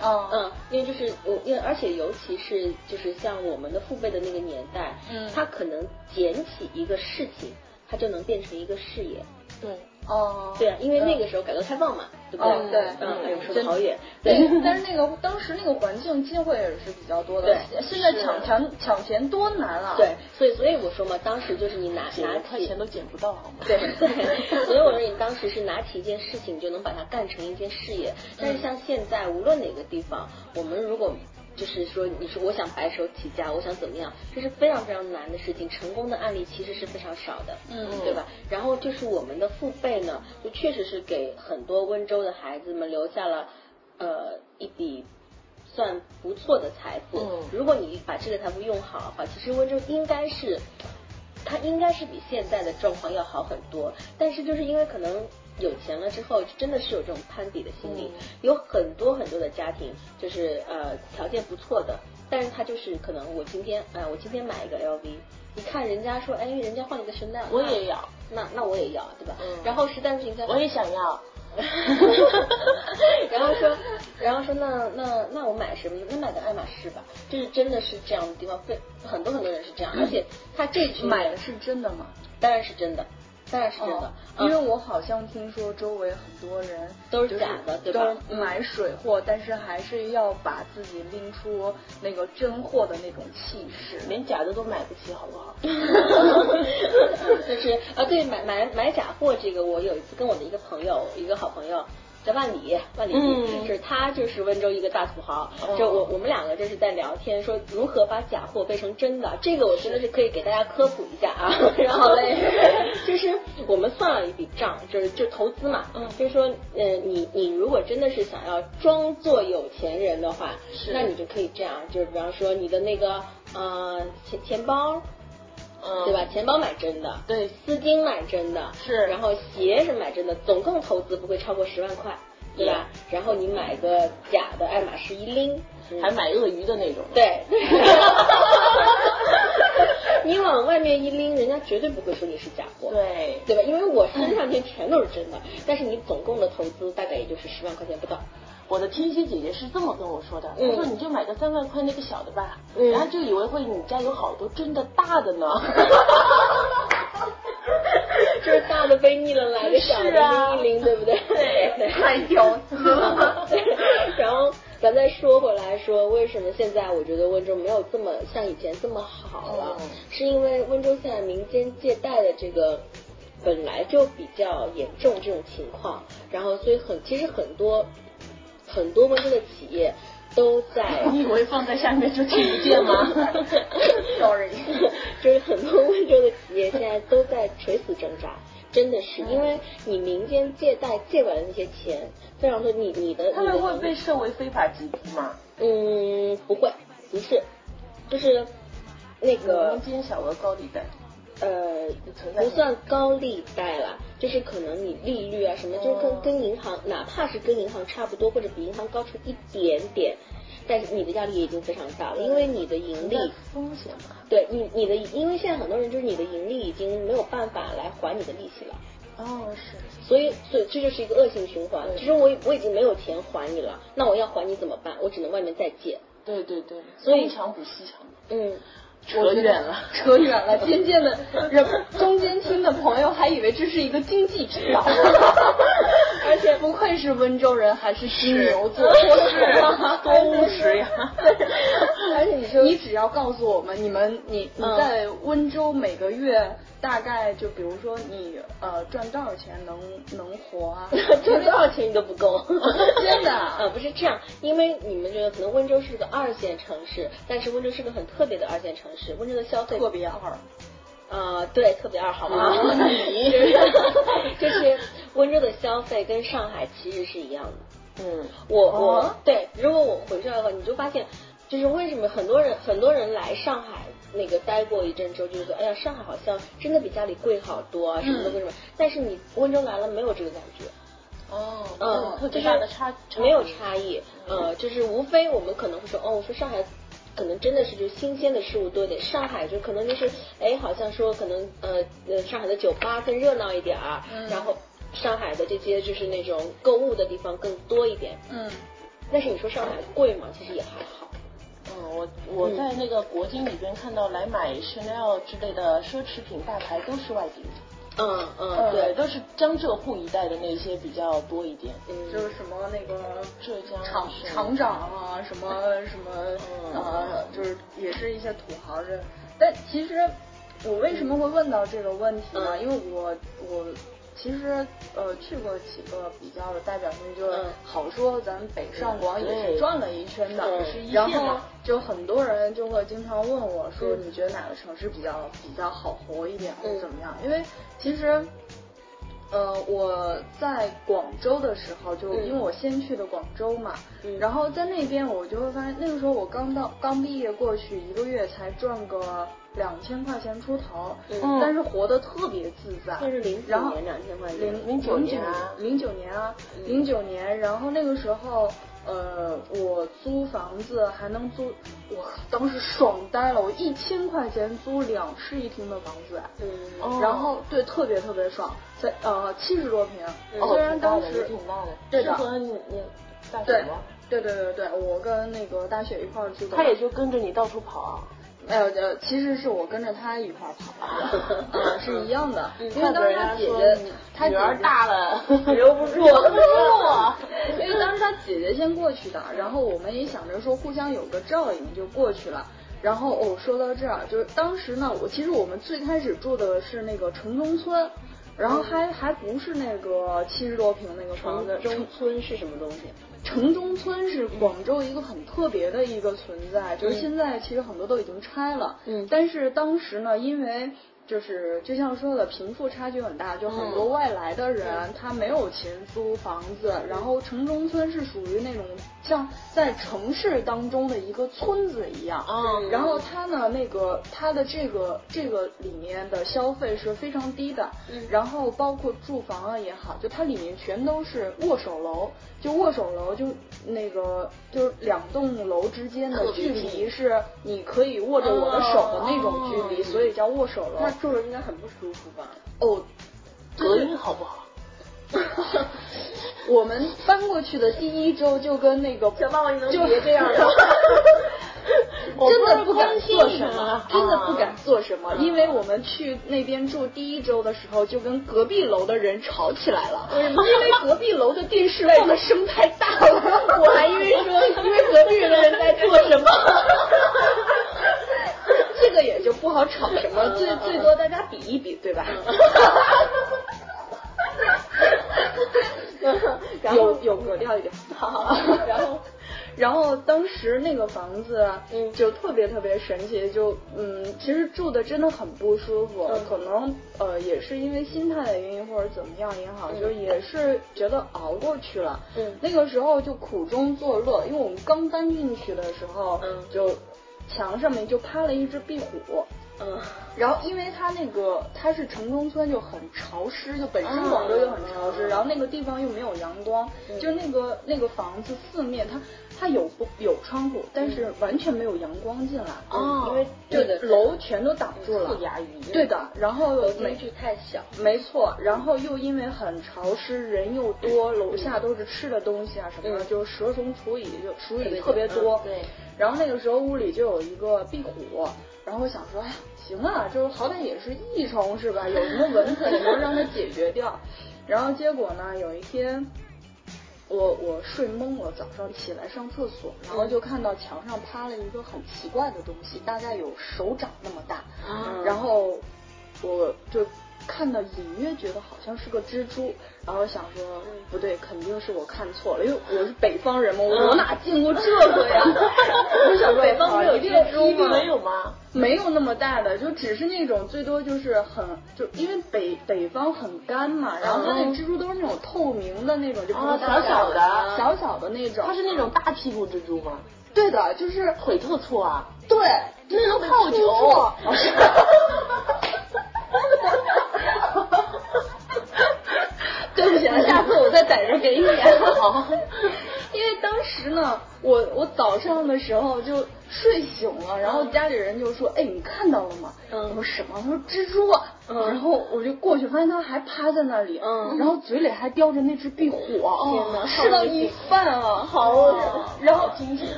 哦嗯，因为就是我，因为而且尤其是就是像我们的父辈的那个年代，嗯他可能捡起一个事情，他就能变成一个事业。对，哦，对啊，因为那个时候改革开放嘛，对不对？哦对嗯，哎呦，说真得好远。对，但是那个当时那个环境机会也是比较多的，对现在是抢钱抢钱多难啊！对，所以所以我说嘛，当时就是你拿捡拿一块起钱都捡不到，好吗？对， 所以我说你当时是拿起一件事情，你就能把它干成一件事业。但是像现在，无论哪个地方，我们如果就是说，你说我想白手起家，我想怎么样，这是非常非常难的事情。成功的案例其实是非常少的，嗯对吧？然后就是我们的父辈呢，就确实是给很多温州的孩子们留下了呃一笔。算不错的财富，嗯如果你把这个财富用好的话，其实温州应该是它应该是比现在的状况要好很多，但是就是因为可能有钱了之后，真的是有这种攀比的心理，嗯有很多很多的家庭就是呃条件不错的，但是他就是可能我今天呃我今天买一个 LV，你看人家说哎人家换了一个 Chanel，我也要，那，那那我也要对吧？嗯然后实在不行再 我也想 要。 然后说，然后说那那那我买什么？那买个爱马仕吧。就是真的是这样的地方，非很多很多人是这样，而且他这群人哎买的是真的吗？当然是真的，赛似的哦，嗯因为我好像听说周围很多人都是就假的对吧嗯都买水货，但是还是要把自己拎出那个真货的那种气势。连假的都买不起，好不 好？ 就是啊，对，买买买假货这个，我有一次跟我的一个朋友，一个好朋友。叫万里，万里，就嗯是他，就是温州一个大土豪。哦就我我们两个这是在聊天，说如何把假货变成真的，这个我真的是可以给大家科普一下啊。 然后嘞，就是我们算了一笔账，就是就投资嘛，嗯就是说，呃，你你如果真的是想要装作有钱人的话，是那你就可以这样，就是比方说你的那个呃钱钱包，嗯，对吧？？钱包买真的，对，丝巾买真的，是然后鞋是买真的，总共投资不会超过十万块，对吧？然后你买个假的爱马仕一拎，嗯还买鳄鱼的那种。对。 你往外面一拎，人家绝对不会说你是假货，对，对吧？因为我身上这全都是真的，但是你总共的投资大概也就是十万块钱不到。我的天蝎姐姐是这么跟我说的，嗯她说你就买个三万块那个小的吧，嗯然后就以为会你家有好多真的大的呢。 就是大的被腻了，来个小的是啊拎一拎，对不对？对太 挑剔了然后咱再说回来说，为什么现在我觉得温州没有这么像以前这么好了？嗯是因为温州现在民间借贷的这个。本来就比较严重这种情况，然后所以很其实很多很多温州的企业都在 你以为放在下面就听不见吗？ Sorry 就是很多温州的企业现在都在垂死挣扎，真的是因为嗯你民间借贷借过来的那些钱，非常多，你你的 他你的们会被设为非法集资吗？嗯不会不是，就是那我个们今天小额高利贷，呃存在不算高利贷啦，就是可能你利率啊什么，就是跟哦跟银行哪怕是跟银行差不多或者比银行高出一点点，但是你的压力已经非常大了，因为你的盈利。风险嘛。对你你的，因为现在很多人就是你的盈利已经没有办法来还你的利息了，哦，是。所以所以这就是一个恶性循环。对其实我我已经没有钱还你了，那我要还你怎么办？我只能外面再借。对对对，所以东墙补西墙，嗯，扯远了。扯远了，渐渐 的，人中间听的朋友还以为这是一个经济指导，而且不愧是温州人，还是金牛座，多务实呀。而且你说，你只要告诉我们，你们你你嗯在温州每个月大概就比如说你呃赚多少钱能能活啊？ 赚多少钱你都不够， 真的啊 呃，不是这样，因为你们觉得可能温州是个二线城市，但是温州是个很特别的二线城市，温州的消费特别二，呃，对，特别二，好吗？ 啊你就是就是温州的消费跟上海其实是一样的。嗯，我我、哦对，如果我回去的话，你就发现，就是为什么很多人很多人来上海那个待过一阵之后，就是说，哎呀，上海好像真的比家里贵好多啊，什么的嗯为什么？但是你温州来了没有这个感觉，哦，嗯，特就别是大的差，差没有别差异，呃，就是无非我们可能会说，哦，我说上海。可能真的是就新鲜的事物多一点，上海就可能就是，哎，好像说可能呃呃，上海的酒吧更热闹一点儿，嗯然后上海的这些就是那种购物的地方更多一点，嗯，但是你说上海贵吗？其实也还好。嗯，我我在那个国金里边看到来买 Chanel 之类的奢侈品大牌都是外地人，嗯嗯，嗯， 对，都是江浙沪一带的那些比较多一点，嗯，就是什么那个浙江厂是厂长啊，什么什么嗯呃，就是也是一些土豪这。但其实我为什么会问到这个问题呢？嗯因为我我其实呃去过几个比较有代表性，就是嗯好说咱们北上广也对是转了一圈的嗯是一，然线后嘛就很多人就会经常问我说，嗯你觉得哪个城市比较比较好活一点，或嗯者怎么样？因为其实。呃，我在广州的时候，就嗯因为我先去的广州嘛，嗯然后在那边我就会发现，那个时候我刚到刚毕业过去一个月才赚个两千块钱出头，嗯但是活得特别自在。那是零几然后年两千块钱，零零九年啊零九年啊，嗯零九年，然后那个时候。呃，我租房子还能租，我当时爽呆了！我一千块钱租两室一厅的房子，啊嗯哦然后对，特别特别爽，在呃七十多平，哦虽然当时也挺大的，对是的和你你大学对吗？对对对对，我跟那个大雪一块儿去的，他也就跟着你到处跑啊，呃呃，其实是我跟着他一块儿跑 的，嗯，是一样的，因为怪不当时他得人家姐说姐你，他女姐儿姐大了留不住，留不住因为当时他姐姐先过去的，然后我们也想着说互相有个照应就过去了。然后哦，说到这儿，就是当时呢，我其实我们最开始住的是那个城中村，然后还还不是那个七十多平那个房城子，中村是什么东西？城中村是广州一个很特别的一个存在，就是现在其实很多都已经拆了，嗯但是当时呢，因为就是就像说的，贫富差距很大，就很多外来的人、他没有钱租房子，然后城中村是属于那种像在城市当中的一个村子一样，哦嗯然后它呢那个它的这个这个里面的消费是非常低的，嗯然后包括住房啊也好，就它里面全都是握手楼，就握手楼就那个就是两栋楼之间的特别距近离是你可以握着我的手的那种距离，哦所以叫握手楼那。住了应该很不舒服吧？哦，隔音好不好？ 我们搬过去的第一周就跟那个小霸王，你能就别这样 吗？我真的不不是敢关心做什么啊， 真的不敢做什么，因为我们去那边住第一周的时候，就跟隔壁楼的人吵起来了，因为隔壁楼的电视放的声太大了， 我还因为说因为隔壁人的人在做什么。 这个也就不好吵什么，呃最最多大家比一比，对吧？ 然后嗯有有格调一点。好 然后，然后当时那个房子，嗯就特别特别神奇，就嗯，其实住的真的很不舒服，嗯可能呃也是因为心态的原因或者怎么样也好，嗯就也是觉得熬过去了。嗯那个时候就苦中作乐，因为我们刚搬进去的时候，嗯就墙上面就趴了一只壁虎，嗯然后，因为它那个它是城中村，就很潮湿，就本身啊广州就很潮湿，啊然后那个地方又没有阳光，嗯就那个那个房子四面它它有不有窗户，但是完全没有阳光进来，哦因为对的就楼全都挡住不了，压抑。对的，然后面没积太小。没错，然后又因为很潮湿，人又多，楼下都是吃的东西啊什么的，嗯就蛇虫鼠蚁就鼠特别蚁特别多多。嗯对。然后那个时候屋里就有一个壁虎，然后我想说，哎呀，行啊，就是好歹也是益虫是吧？有什么蚊子也能让它解 决掉。然后结果呢，有一天。我我睡懵了，早上起来上厕所，然后就看到墙上趴了一个很奇怪的东西，大概有手掌那么大，啊然后我就看到隐约觉得好像是个蜘蛛，然后想说不对，肯定是我看错了，因为我是北方人嘛，嗯我我哪见过这个呀？ 我就想说北方没有一定蜘蛛一定吗没有吗？没有那么大的，就只是那种最多就是很就因为北北方很干嘛，然后它那蜘蛛都是那种透明的那种，就不嗯哦是大小小的小小的那种。它是那种大屁股蜘蛛吗？对的，就是腿特粗啊？对，就是泡酒。 对不起啊，下次我再逮着给你啊演。好，因为当时呢，我我早上的时候就睡醒了，然后家里人就说：“哎，你看到了吗？”嗯我说什么？他说蜘蛛啊。嗯然后我就过去，发现它还趴在那里，嗯然后嘴里还叼着那只壁虎，天哪哦吃到一半啊，好恶心然后啊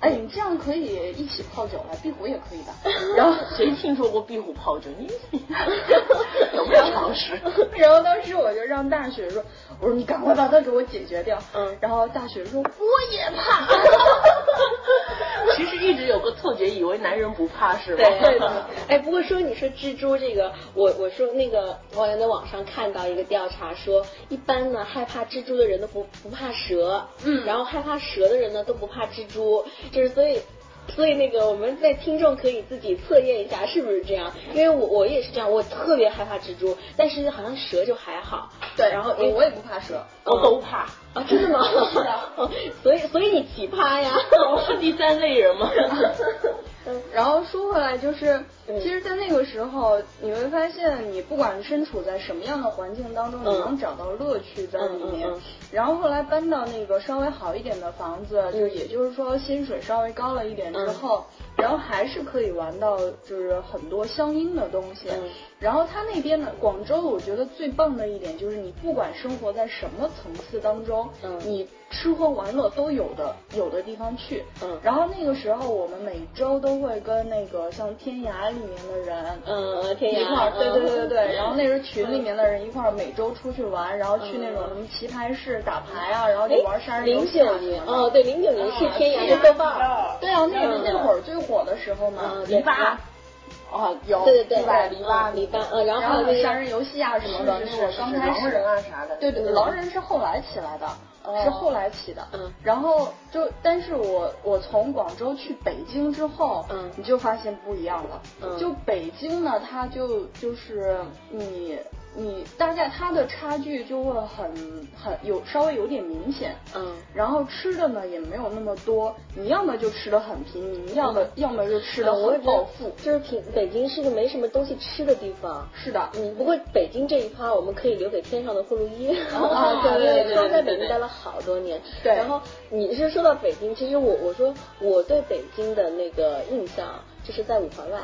哎，你这样可以一起泡酒啊了，壁虎也可以 的。然后谁听说过壁虎泡酒？你 有没有 常识？ 然后当时我就让大雪说，我说你赶快把它给我解决掉。嗯然后大雪说我也 怕。其实一直有个错觉，以为男人不怕是吧？对对的。哎，不过说你说蜘蛛这个，我我说那个，我好像在网上看到一个调查说，一般呢害怕蜘蛛的人都不不怕蛇，嗯然后害怕蛇的人呢都不怕蜘蛛，就是所以。所以那个我们在听众可以自己测验一下是不是这样，因为我我也是这样，我特别害怕蜘蛛，但是好像蛇就还好。对，然然后后因为我也不怕蛇。我都怕。啊，真的吗？是啊 所以所以你奇葩呀。我是第三类 人吗？然后说回来，就是嗯其实，在那个时候，你会发现，你不管身处在什么样的环境当中，嗯你能找到乐趣在里面嗯嗯嗯。然后后来搬到那个稍微好一点的房嗯子，就也就是说薪水稍微高了一点之后，然后还是可以玩到就是很多相应的东西嗯。然后它那边呢，广州我觉得最棒的一点就是，你不管生活在什么层次当中，嗯你吃喝玩乐都有的有的地方去。嗯然后那个时候我们每周都会跟那个像天涯里面的人，嗯，天涯，一块儿，对对对对对，嗯然后那时候群里面的人一块儿每周出去玩，然后去那种什么棋牌室打牌啊，然后就玩哎，杀人游零戏啊九什么年，的嗯哦，对，零九年是天涯的天涯豆瓣儿，对啊，那个嗯那会儿最火的时候嘛嗯，篱笆然后，哦，有，对对对，篱笆，篱篱 笆，笆，嗯，然后然还后有那有个杀人游戏啊什么的，那是是会儿是刚是开狼始人啊啥的对对对，嗯狼人是后来起来的，是后来起的。嗯然后就，但是我我从广州去北京之后，嗯你就发现不一样了。嗯就北京呢，它就就是你你大概它的差距就会很很有稍微有点明显。嗯然后吃的呢也没有那么多，你要么就吃的很平民，要么、要么就吃的嗯我也很觉暴得富。就是平北京是个没什么东西吃的地方。是的，嗯，不过北京这一趴我们可以留给天上的呼噜一， 哦对因为对对他对在对北京待了好多年。对然后你是说到北京，其实我我说我对北京的那个印象就是在五环外，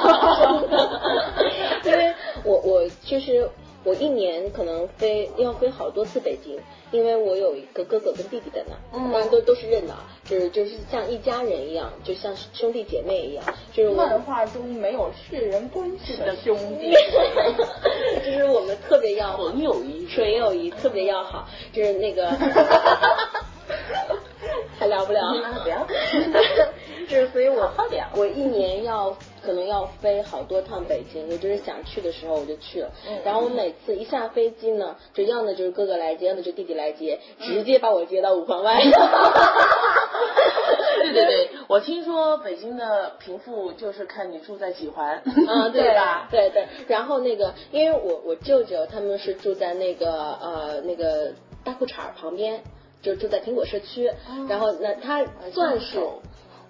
因为我我其实我一年可能飞要飞好多次北京，因为我有一个哥哥跟弟弟在那儿，嗯当然都都是认的啊，就是就是像一家人一样，就像兄弟姐妹一样，就是我漫画中没有血缘关系的兄弟。 就是我们特别要纯友谊纯友谊特别要好，就是那个 还聊不聊？聊 就是所以我好好聊我一年要可能要飞好多趟北京，我就是想去的时候我就去了。然后我每次一下飞机呢，就要么就是哥哥来接，要么就弟弟来接，直接把我接到五环外。 对对对，我听说北京的贫富就是看你住在几环， 嗯，对吧？对对，然后那个，因为我我舅舅他们是住在那个呃那个大裤衩儿旁边，就住在苹果社区，哦然后那他算是手，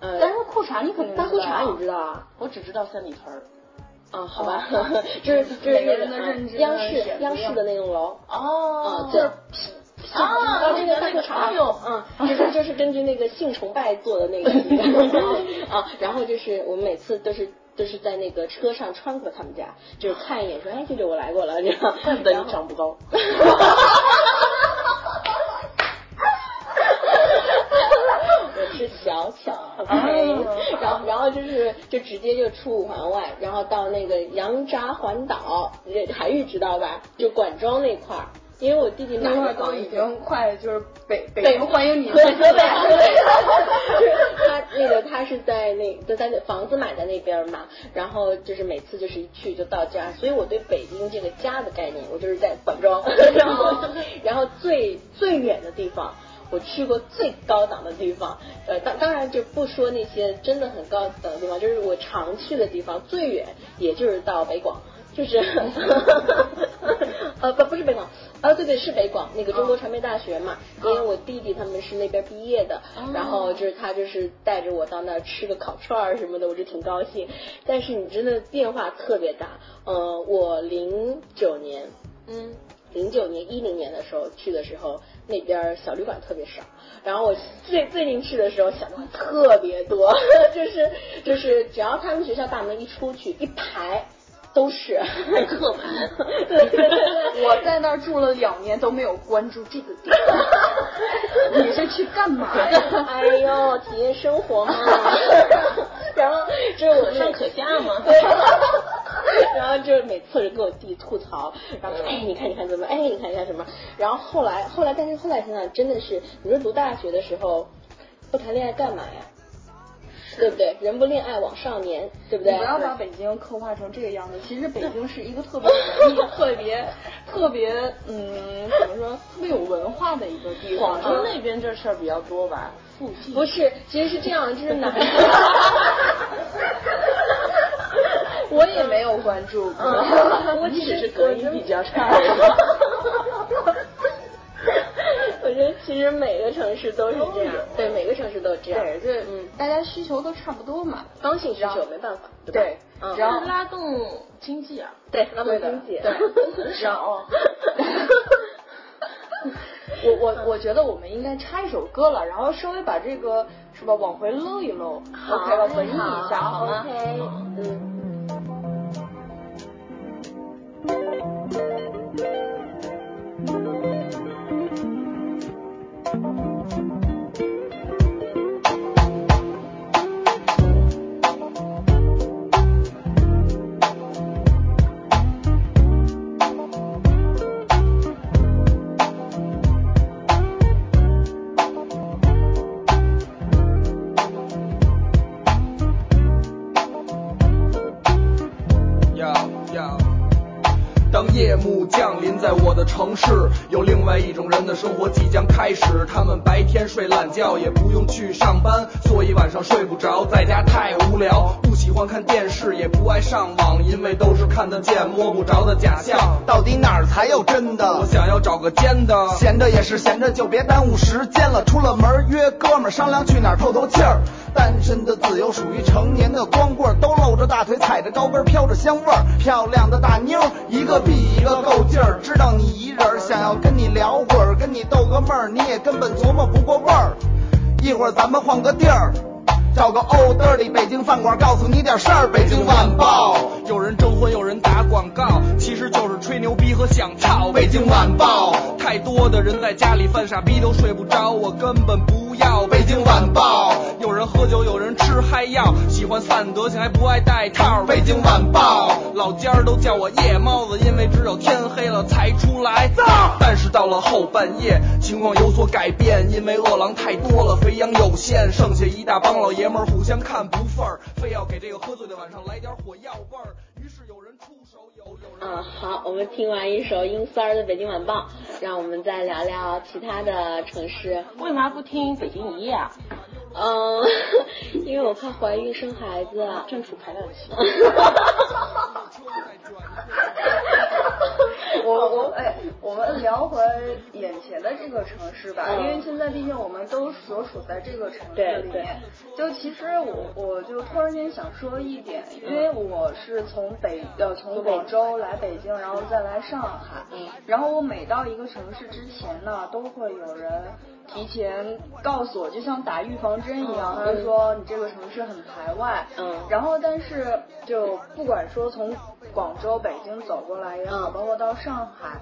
呃，但是裤衩你肯定大裤衩儿你你知道啊？我只知道三里屯儿。啊，好吧， 就是就是哦每个那人的个认知嗯央的视选择央视的那栋楼，哦嗯，就是啊哦那个大裤衩哎呦儿，嗯，就是就是根据那个性崇拜做的 那个啊，然后就是我们每次都是。都是在那个车上穿过他们家，就是看一眼说，哎，这里我来过了，这样。怪不得然后你长 不高。我是小巧，OK，然后然后就是就直接就出五环外，然后到那个羊闸环岛，这海玉知道吧？就管庄那块儿，因为我弟弟买那会的儿都房已子。经快就是北北对京欢迎你河河北，河北， 他那个他是在那就在那房子买在那边嘛，然后就是每次就是一去就到家，所以我对北京这个家的概念，我就是在管庄， 然后然后最最远的地方。我去过最高档的地方，呃，当当然就不说那些真的很高档的地方，就是我常去的地方，最远也就是到北广，就是 呃不不是北广，啊对对是北广那个中国传媒大学嘛，因为我弟弟他们是那边毕业的，然后就是他就是带着我到那儿吃个烤串儿什么的，我就挺高兴。但是你真的变化特别大，呃，我零九年，嗯，零九年一零年的时候去的时候，那边儿小旅馆特别少，然后我最最近去的时候小旅馆特别多， 就是就是只要他们学校大门一出去一排。都是可怕 对对对对，我在那儿住了两年都没有关注这个点，你是去干嘛呀？哎呦，体验生活 嘛。然后这是我可上可 下嘛。然后就是每次就跟我弟吐槽，然后说哎你看你看怎么哎你看你看什么，然后后来后来但是后来想想真的是，你说读大学的时候不谈恋爱干嘛呀？对不对？人不恋爱枉少年，对不你对？不要把北京刻画成这个样子。其实北京是一个特别文艺、特别特别嗯，怎么说，特别有文化的一个地方。广州那边这事儿比较多吧，附近。不是，其实是这样， 就是男的。我也没有关注过，嗯 我其实只是隔音比较差而 我觉得其实每个城市都是这样，对，每个城市都这样。对，这嗯，大家需求都差不多嘛。刚性需求没办法，对吧？对，嗯只要已。拉动经济啊。对，拉动经济，对对 少 哦我我我觉得我们应该插一首歌了，然后稍微把这个是吧往回搂一搂，OK 吧，回忆一下好吗？ ？OK，嗯。我是有另外一种人的生活即将开始，他们白天睡懒觉，也不用去上班，所以晚上睡不着，在家太无聊，不喜欢看电视，也不爱上网，因为都是看得见摸不着的假象。到底哪儿才有真我的？想要找个尖的，闲着也是闲着，就别耽误时间了。出了门儿约哥们儿商量去哪儿透透气儿。单身的自由属于成年的光棍儿，都露着大腿，踩着高跟儿，飘着香味儿。漂亮的大妞儿一个比一个够劲儿，知道你一人儿，想要跟你聊会儿，跟你逗个闷儿，你也根本琢磨不过味儿。一会儿咱们换个地儿。找个 old dirty 北京饭馆，告诉你点事儿。北京晚报，有人征婚，有人打广告，其实就是吹牛逼和想操。北京晚报，太多的人在家里犯傻逼都睡不着，我根本不要。北京晚报，有人喝酒，有人吃嗨药，喜欢散德性还不爱戴套。北京晚报，老尖儿都叫我夜猫子，因为只有天黑了才出来。但是到了后半夜，情况有所改变，因为饿狼太多了，肥羊有限，剩下一大帮老爷们儿互相看不忿儿，非要给这个喝醉的晚上来点火药味儿。于是有人出手，有有人。啊，好，我们听完一首英三儿的《北京晚报》，让我们再聊聊其他的城市。为嘛不听《北京一夜》啊？嗯， 因 为我怕怀孕生孩子。啊 正处排档 期。 我我哎，我们聊回眼前的这个城市吧，嗯因为现在毕竟我们都所处在这个城对市里对面。就其实我我就突然间想说一点，因为我是从北呃从广州来北京，然后再来上海，然后我每到一个城市之前呢，都会有人。提前告诉我，就像打预防针一样，他就说你这个城市很排外，嗯然后但是就不管说从广州、北京走过来也好，嗯包括到上海，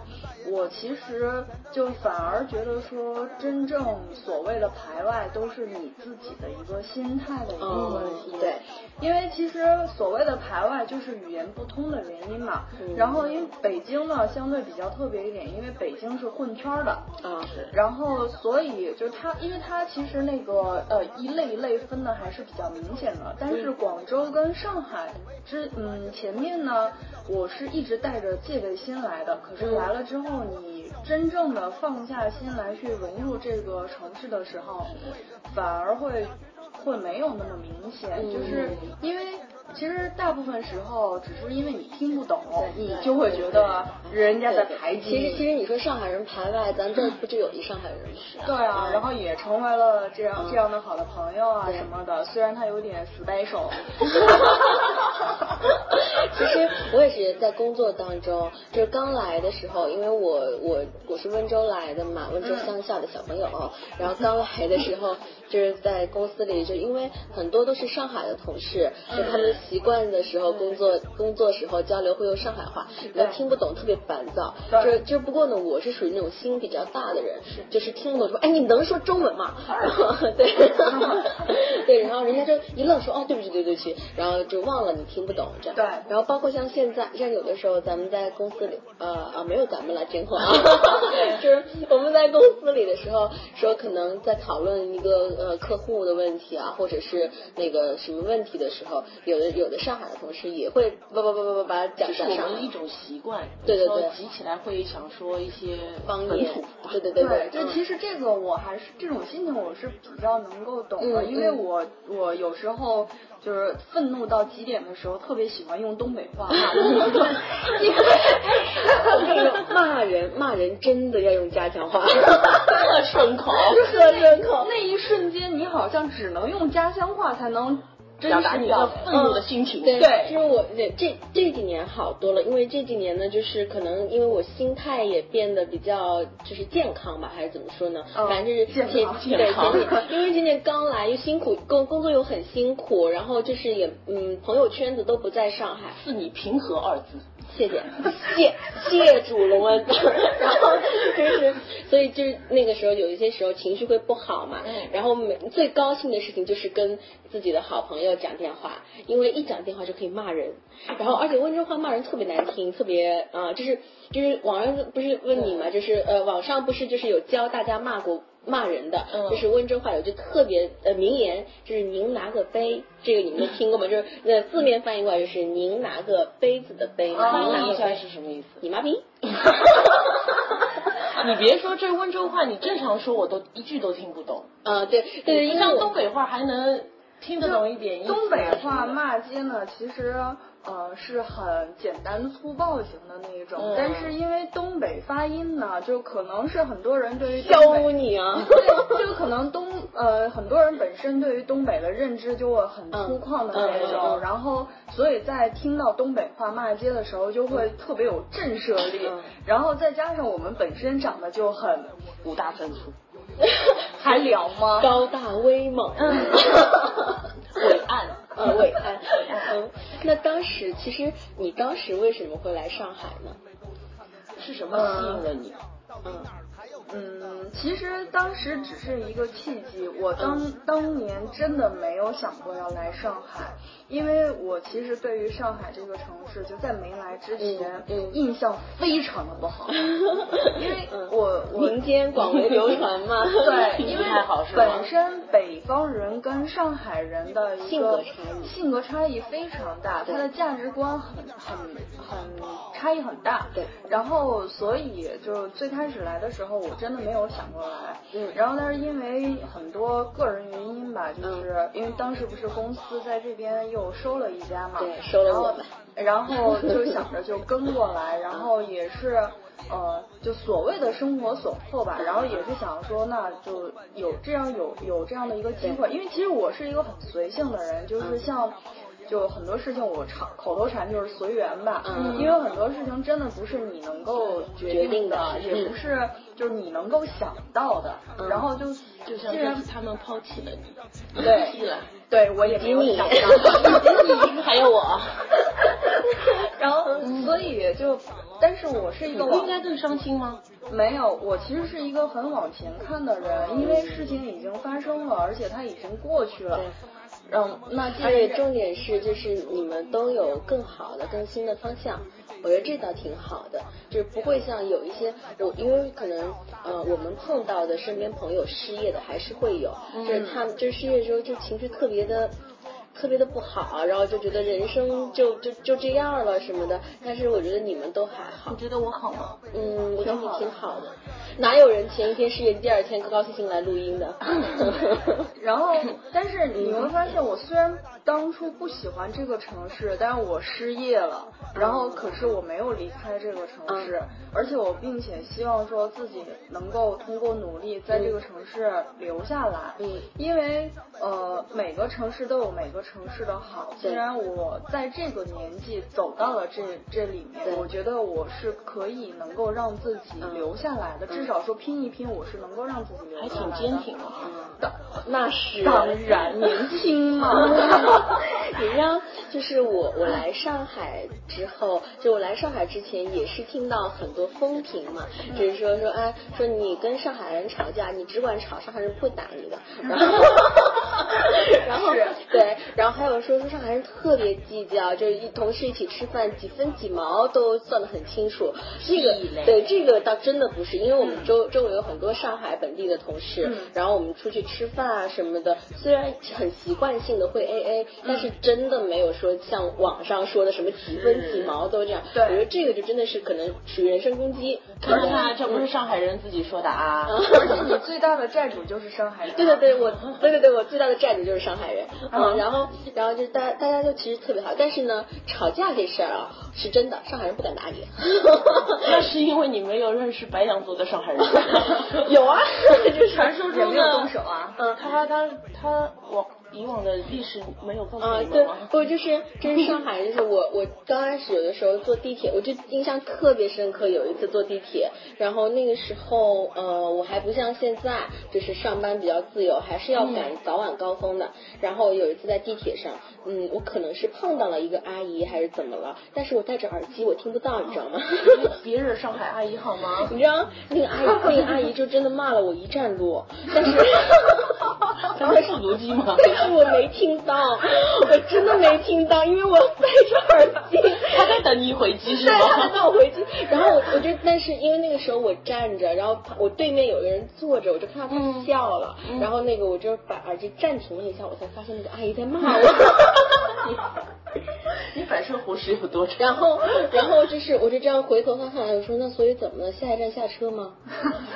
我其实就反而觉得说，真正所谓的排外，都是你自己的一个心态的一个嗯问题。对，因为其实所谓的排外就是语言不通的原因嘛。嗯然后因为北京呢相对比较特别一点，因为北京是混圈儿的。啊，然后，所以就是它，因为它其实那个呃一类一类分的还是比较明显的，但是广州跟上海之嗯前面呢，我是一直带着戒备心来的，可是来了之后，你真正的放下心来去融入这个城市的时候，反而会会没有那么明嗯显，就是因为。其实大部分时候，只是因为你听不懂，你就会觉得人家在排挤其你。实其实你说上海人排外，咱这儿不就有一上海人吗？对啊，然后也成为了这样嗯这样的好的朋友啊对什么的，虽然他有点 special。 其实我也是在工作当中，就是刚来的时候，因为我我我是温州来的嘛，温州乡下的小朋友，然后刚来的时候就是在公司里，就因为很多都是上海的同事，就他们习惯的时候工作工作时候交流会用上海话，然后听不懂特别烦躁，就是就不过呢，我是属于那种心比较大的人，就是听不懂说，哎，你能说中文吗？然后 对。对，然后人家就一愣说哦，对不起，对不起，然后就忘了你听不懂这样。对然后包括像现在，像有的时候咱们在公司里，呃啊，没有咱们了，真话， 就是我们在公司里的时候，说可能在讨论一个呃客户的问题啊，或者是那个什么问题的时候，有的有的上海的同事也会叭叭叭叭叭叭讲这是讲我上们一海。种习惯，对对说对急起来会想说一些方本言土，对对对对，嗯就其实这个我还是这种心情我是比较能够懂的，嗯因为嗯我我有时候就是愤怒到极点的时候，特别喜欢用东北 话骂人。我跟你说，骂人骂人真的要用家乡话，特顺口。特顺口。那一瞬间，你好像只能用家乡话才能真表达实你表的达嗯愤怒的心情， 对，对就是我这这这几年好多了，因为这几年呢，就是可能因为我心态也变得比较就是健康吧，还是怎么说呢？嗯反正就是健挺康对健康挺挺因为今年刚来又辛苦，工工作又很辛苦，然后就是也嗯，朋友圈子都不在上海，是你平和二字。谢谢，谢谢主隆恩。 然后就是，所以就是那个时候有一些时候情绪会不好嘛。然后每最高兴的事情就是跟自己的好朋友讲电话，因为一讲电话就可以骂人。然后而且温州话骂人特别难听，特别啊、呃就是就是网上不是问你嘛，就是呃网上不是就是有教大家骂过。骂人的，嗯就是温州话有句特别呃名言，就是您拿个杯，这个你们都听过吗？就是那字面翻译过来就是您拿个杯子的杯，您翻拿译个一下杯，是什么意思？你妈逼！ 你别说这温州话，你正常说我都一句都听不懂。呃，对对对，你因像为东我北话还能听得懂一点意思啊东北话什么的骂街呢，其实呃是很简单粗暴型的那一种，嗯但是因为东北发音呢，就可能是很多人对于 东教北。你 啊，对，就可能东呃很多人本身对于东北的认知就会很粗犷的那一种，嗯嗯嗯然后所以在听到东北话骂街的时候就会特别有震慑力，嗯然后再加上我们本身长得就很五大三粗，还聊吗？高大威猛，伟岸，嗯 呃， 伟岸。嗯，那当时其实你当时为什么会来上海呢？是什么吸引了你？嗯嗯，其实当时只是一个契机，我当当年真的没有想过要来上海，因为我其实对于上海这个城市，就在没来之前，嗯嗯印象非常的不好，因为嗯我我民间广为流传 嘛，对，脾气因为太好是吗本身北方人跟上海人的一个性格差异性格差异非常大，他的价值观很很很差异很大。对然后所以就最开始来的时候，我真的没有想过来。嗯然后但是因为很多个人原因吧，就是、嗯因为当时不是公司在这边又收了一家嘛，对收了我们然后，然后呃就想着就跟过来，然后也是。呃，就所谓的生活所迫吧，然后也是想说，那就有这样有有这样的一个机会，因为其实我是一个很随性的人，就是像。就很多事情我常口头禅就是随缘吧，嗯因为很多事情真的不是你能够决定决定的也不是就是你能够想到的，嗯然后就就就像啊既这然次他们抛弃了你，对弃了，对我也没有以及你想到，以及你还有我， 然后所以就，但是我是一你个不往应该更伤心吗？没有，我其实是一个很往前看的人，因为事情已经发生了，而且它已经过去了对。让那既而且然重点是，就是你们都有更好的、更新的方向，我觉得这倒挺好的，就是不会像有一些我，因为可能呃，我们碰到的身边朋友失业的还是会有，就是他们就是失业之后就情绪特别的。特别的不好，然后就觉得人生就就就这样了什么的。但是我觉得你们都还好你，觉得我好吗？嗯，我觉得你挺好的。哪有人前一天失业，第二天高高兴兴来录音 的？然后，但是你会发现，我虽然当初不喜欢这个城市，但是我失业了，然后可是我没有离开这个城市，而且我并且希望说自己能够通过努力在这个城市留下来，嗯因为呃每个城市都有每个城市的好，对虽然我在这个年纪走到了这这里对面，我觉得我是可以能够让自己嗯留下来的，至少说拼一拼，我是能够让自己留还下来挺的。坚挺的。的。那是当然年轻嘛 你让就是我我来上海之后，就我来上海之前也是听到很多风评嘛，就是说说哎说你跟上海人吵架，你只管吵，上海人不会打你的。然后然后是 对，然后还有说说上海人特别计较，就是一同事一起吃饭，几分几毛都算得很清楚。这个屁嘞嗯对这个倒真的不是，因为我们周周围有很多上海本地的同事，然后我们出去吃饭啊什么的，虽然很习惯性的会嗯 A A，但是真的没有说像网上说的什么几分几毛都这样。对我觉得这个就真的是可能属于人身攻 击。看 看，这不是上海人自己说的啊。而嗯且你最大的债主就是上海人。对对对， 我对对对，我最大的债主就是上海人。嗯，然后然后就大大家就其实特别好，但是呢，吵架这事儿啊是真的，上海人不敢打你。 那是因为你没有认识白羊座的上海人。 有啊，就是传说也中没有的动手啊。嗯，他他他往以往的历史没有告诉啊，你对们吗，？不就是就是上海，就是我我刚开始有的时候坐地铁，我就印象特别深刻。有一次坐地铁，然后那个时候呃，我还不像现在，就是上班比较自由，还是要赶早晚高峰的。然后有一次在地铁上，嗯，我可能是碰到了一个阿姨还是怎么了，但是我戴着耳机，我听不到，你知道吗？ 别惹上海阿姨好吗？你知道那个阿姨，那个阿姨就真的骂了我一站路，但是。他在复读机吗？但是 我没听到，我真的没听到，因为我戴着耳机。他在等你回机是对，他还吗？带我回去，然后我我就，但是因为那个时候我站着，然后旁我对面有个人坐着，我就看到嗯他笑了，然后那个 我就把耳机暂停了一下，我才发现那个阿姨在骂我。你本身胡须有多长？然后，然后就是我就这样回头看看，我说那所以怎么了？下一站下车 吗？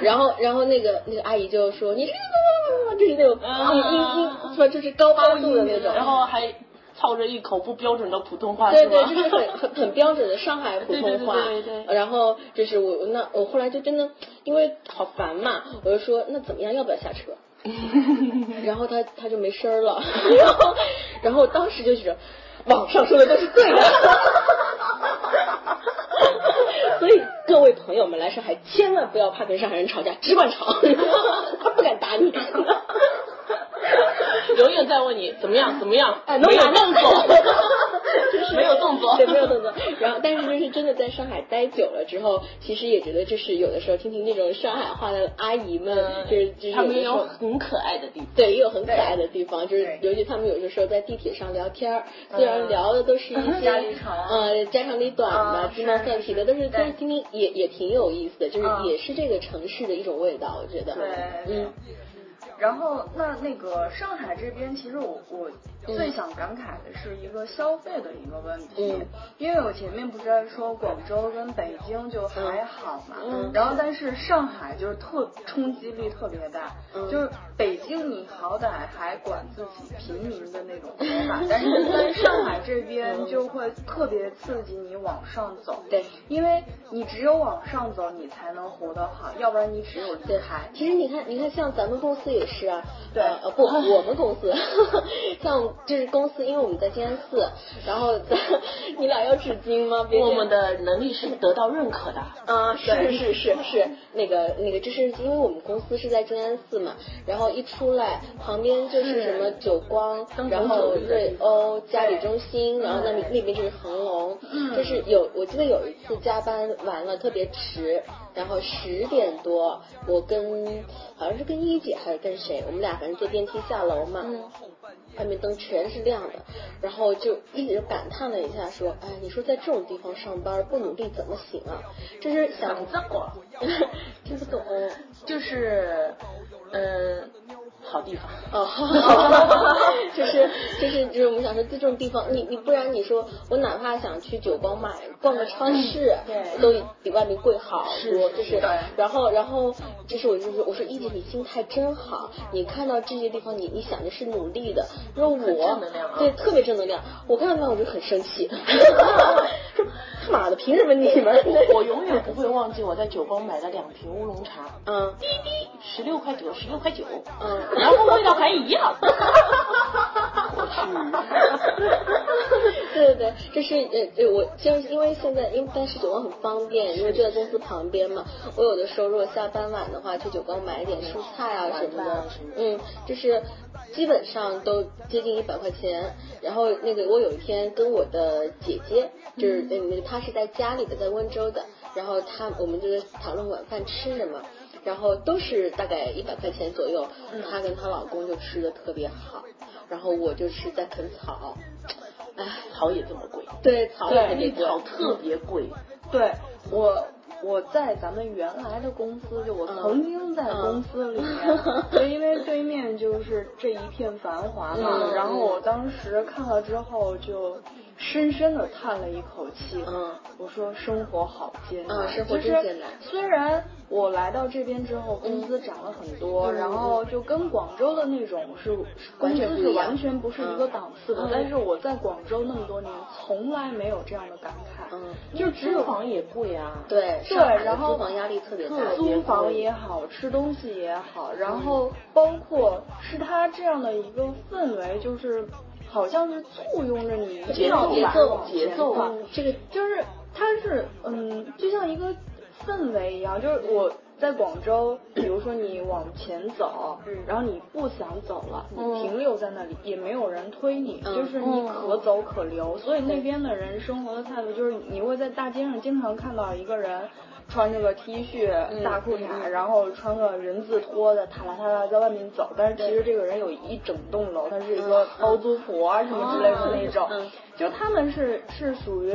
然后，然后那个那个阿姨就说你这个就是那种嗯嗯嗯，说就是高八度的那种，然后还操着一口不标准的普通话，对是对，吧就是很很很标准的上海普通话。对对对对然后就是我那我后来就真的因为好烦嘛，我就说那怎么样，要不要下 车？然后他他就没声儿了，然后然后我当时就觉得网上说的都是对的。 所以各位朋友们来上海，千万不要怕跟上海人吵架，只管吵， 他不敢打你。 永远在问你怎么样怎么样， 哎，没有弄动哪，作 就是没有动 作，对，没 有动作。然后，但是就是真的在上海待久了之后，其实也觉得就是有的时候听听那种上海话的阿姨们，就是就是呃他嗯有的们也时有候嗯很可爱的地方。对，也有很可爱的地方，就是对尤其他们有的时候在地铁上聊天儿，嗯虽然聊的都 是一些家里长呃家长里短的、嗯啊鸡毛是蒜皮的，是但是但是对听听也也挺有意思的，就是嗯也是这个城市的一种味道，我觉得。对嗯，然后那那个上海这边，其实我我最想感慨的是一个消费的一个问题，嗯因为我前面不是在说广州跟北京就还好嘛，嗯然后但是上海就是特冲击力特别大，嗯就是北京你好歹还管自己平民的那种说法， 但是在上海这边就会特别刺激你往上走，对，因为你只有往上走，你才能活得好，要不然你只有离对开，，其实你看，你看，像咱们公司也是啊，对呃，呃不，我们公司， 像就是公司，因为我们在静安寺，然后 你俩要纸巾吗？别这样我们的能力是得到认可 的，啊，是是是是，那个那个，就是因为我们公司是在静安寺嘛，然后一出来旁边就是什么久光，然后瑞欧、嘉里中心，然后那里那边就是恒隆，嗯就是有我记得有一次加班完了特别迟，然后十点多，我跟好像是跟一姐还是跟谁，我们俩反正坐电梯下楼嘛，嗯外面灯全是亮的，然后就一直感叹了一下，说：“哎，你说在这种地方上班不努力怎么行啊？”就是想怎么过？ 听不懂就是，嗯，好地方。 哦，就是就是就是我们想说，在这种地方，你你不然你说我哪怕想去久光买逛个超市，嗯对都比外面贵好多，是就是是对然后然后就是我就说我说一姐你心态真好，你看到这些地方你你想的是努力的，说我很正能量啊对特别正能量，我看到我就很生 气，说他妈的凭什么你们？ 我永远不会忘记我在酒光买的两瓶乌龙茶，嗯十六块九，十六块九，嗯，然后味道还一样。 对对对，就是呃，对我就是因为现在，因为但是九光很方便，因为就在公司旁边嘛。我有的时候如果下班晚的话，去九光买一点蔬菜啊什么的，嗯，就是基本上都接近一百块钱。然后那个我有一天跟我的姐姐，就是嗯，她是在家里的，在温州的，然后她我们就是讨论晚饭吃什么。然后都是大概一百块钱左右，她跟她老公就吃的特别好，然后我就是在啃草，唉，草也这么贵，对，草也特别贵，草特别贵。对我，我在咱们原来的公司，就我嗯曾经在嗯公司里面，嗯就因为对面就是这一片繁华嘛，嗯然后我当时看了之后就。深深的叹了一口气，嗯，我说生活好艰难，嗯生活就是真艰难嗯虽然我来到这边之后工资涨了很多，嗯嗯然后就跟广州的那种是是完全工不资一是样完全不是一个档次的，嗯但是我在广州那么多年，从来没有这样的感慨，嗯，就只有租房也贵啊，对，对上海的然后租房压力特别大，租房也好，吃东西也好，然后包括是他这样的一个氛围，就是好像是簇拥着你一定要节往奏前节奏跨嗯这个就是它是嗯，就像一个氛围一样，就是我。在广州，比如说你往前走，嗯然后你不想走了，你停留在那里，也没有人推你，嗯就是你可走可留。所以那边的人生活的态度就是，你会在大街上经常看到一个人穿着个 T 恤、嗯大裤衩，然后穿个人字拖的，踏啦踏啦在外面走。但是其实这个人有一整栋楼，他是一个包租婆啊什么之类的那种。嗯就他们是是属于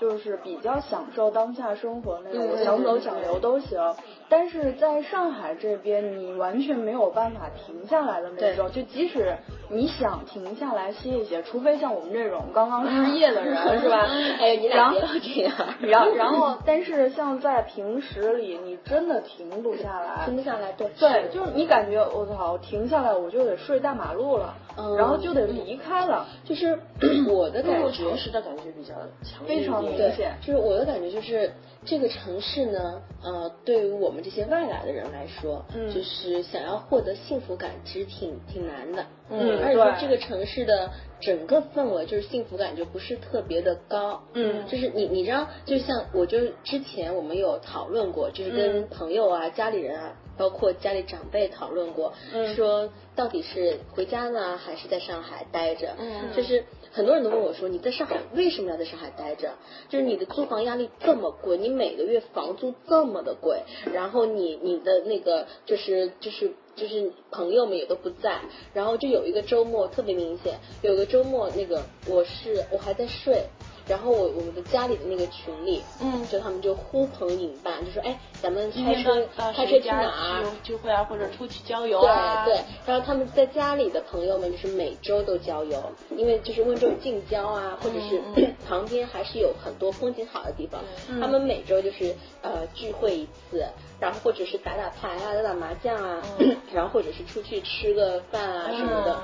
就是比较享受当下生活那种，嗯我想走想留都行。但是在上海这边，你完全没有办法停下来的那种，就即使你想停下来歇一歇，除非像我们这种刚刚失业的人，是吧？嗯 哎呀，你然俩后别老这样。 然后，然后，但是像在平时里，你真的停不下来，停不下来，对对，就是你感觉我操，停下来我就得睡大马路了，嗯然后就得离开了，就是嗯我的感落觉常识的感觉比较强烈一非点，常明对显，。就是我的感觉就是这个城市呢，呃，对于我们这些外来的人来说，嗯就是想要获得幸福感，其实挺挺难的。嗯而且说对这个城市的整个氛围，就是幸福感就不是特别的高。嗯就是你你知道，就像我就是之前我们有讨论过，就是跟嗯朋友啊、家里人啊，包括家里长辈讨论过，嗯说到底是回家呢，还是在上海待着？嗯就是很多人都问我说，你在上海为什么要在上海待着？就是你的租房压力这么贵，你每个月房租这么的贵，然后你你的那个就是就是。就是朋友们也都不在，然后就有一个周末特别明显，有个周末那个我是我还在睡，然后我我们的家里的那个群里，嗯就他们就呼朋引伴，就说哎，咱们今开天车到到开谁车去家哪儿？聚聚会啊，或者出去郊游啊，对对，然后他们在家里的朋友们就是每周都郊游，因为就是温州有近郊啊，或者是、嗯 旁边还是有很多风景好的地方，嗯他们每周就是呃聚会一次，然后或者是打打牌啊、打打麻将啊，嗯 然后或者是出去吃个饭啊什么的。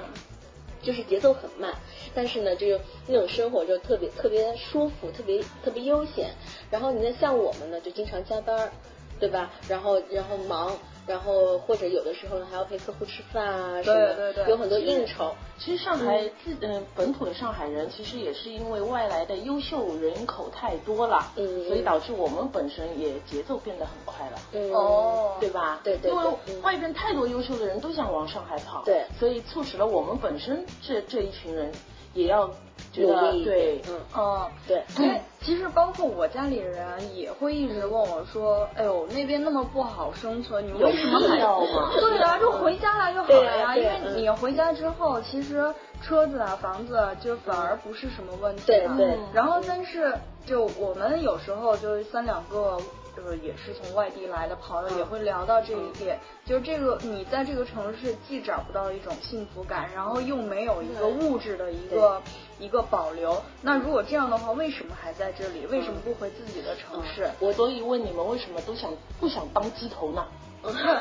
就是节奏很慢，但是呢，就是那种生活就特别特别舒服，特别特别悠闲。然后你看像我们呢，就经常加班儿，对吧？然后然后忙，然后或者有的时候还要陪客户吃饭啊什么的，对对对有很多应酬。其实上海自嗯、本土的上海人，其实也是因为外来的优秀人口太多了，嗯所以导致我们本身也节奏变得很快了。嗯，哦对吧？对对对因为嗯外边太多优秀的人都想往上海跑，对所以促使了我们本身这这一群人也要觉努得力一对点，嗯，嗯，对，因为其实包括我家里人也会一直问我说：“哎呦，那边那么不好生存，你为什么还必要吗对呀、就回家了就好对了呀呀。对啊因呀为你回家之后，其实车子啊、房子啊就反而不是什么问题对了。嗯对然后，但是就我们有时候就是三两个。就是也是从外地来的朋嗯友也会聊到这一点，就是这个你在这个城市既找不到一种幸福感，然后又没有一个物质的一个一个保留。那如果这样的话，为什么还在这里？为什么不回自己的城市？嗯我所以问你们为什么都想不想当鸡头呢？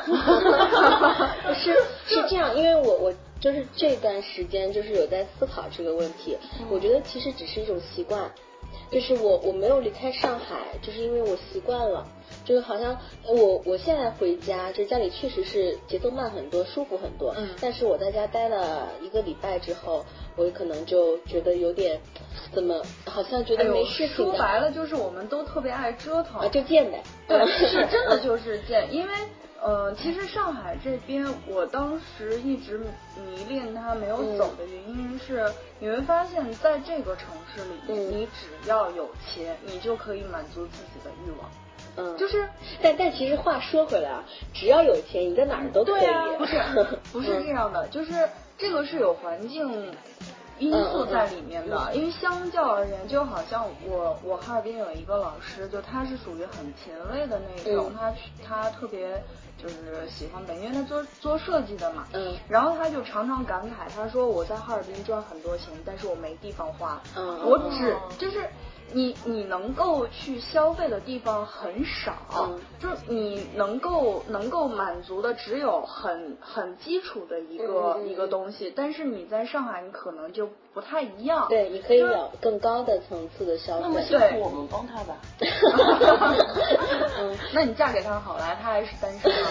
是是这样，因为我我就是这段时间就是有在思考这个问题，嗯我觉得其实只是一种习惯，就是我我没有离开上海，就是因为我习惯了。就是好像我我现在回家，就家里确实是节奏慢很多，舒服很多。嗯但是我在家待了一个礼拜之后，我可能就觉得有点，怎么好像觉得哎呦没事情说的，白了就是我们都特别爱折腾。啊就见呗。 对，是真的就是见，因为呃，其实上海这边我当时一直迷恋它没有走的原因是，你会发现在这个城市里，嗯你只要有钱，你就可以满足自己的欲望，嗯，就是。但但其实话说回来啊，只要有钱，你在哪儿都可以。对 啊，不是不是这样的，就是这个是有环境因素在里面嗯的，因为相较而言，就好像我我哈尔滨有一个老师，就他是属于很前卫的那种，嗯他他特别就是喜欢北，因为他做做设计的嘛，嗯然后他就常常感慨，他说我在哈尔滨赚很多钱，但是我没地方花，嗯我只就是你你能够去消费的地方很少，嗯就是你能够能够满足的只有很很基础的一个、嗯嗯嗯一个东西，但是你在上海你可能就不太一样， 对，你可以 有更高的层次的消那么费辛对。苦我们帮他吧，嗯那你嫁给他好来，他还是单身啊，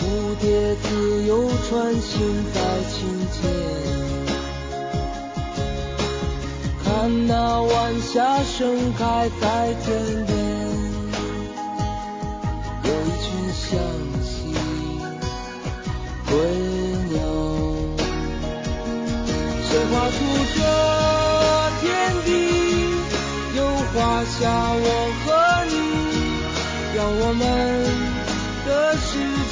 蝴蝶自由穿行在清涧。看那晚霞盛开在天边，有一群向西归鸟，谁画出这天地，又画下我和你，让我们的世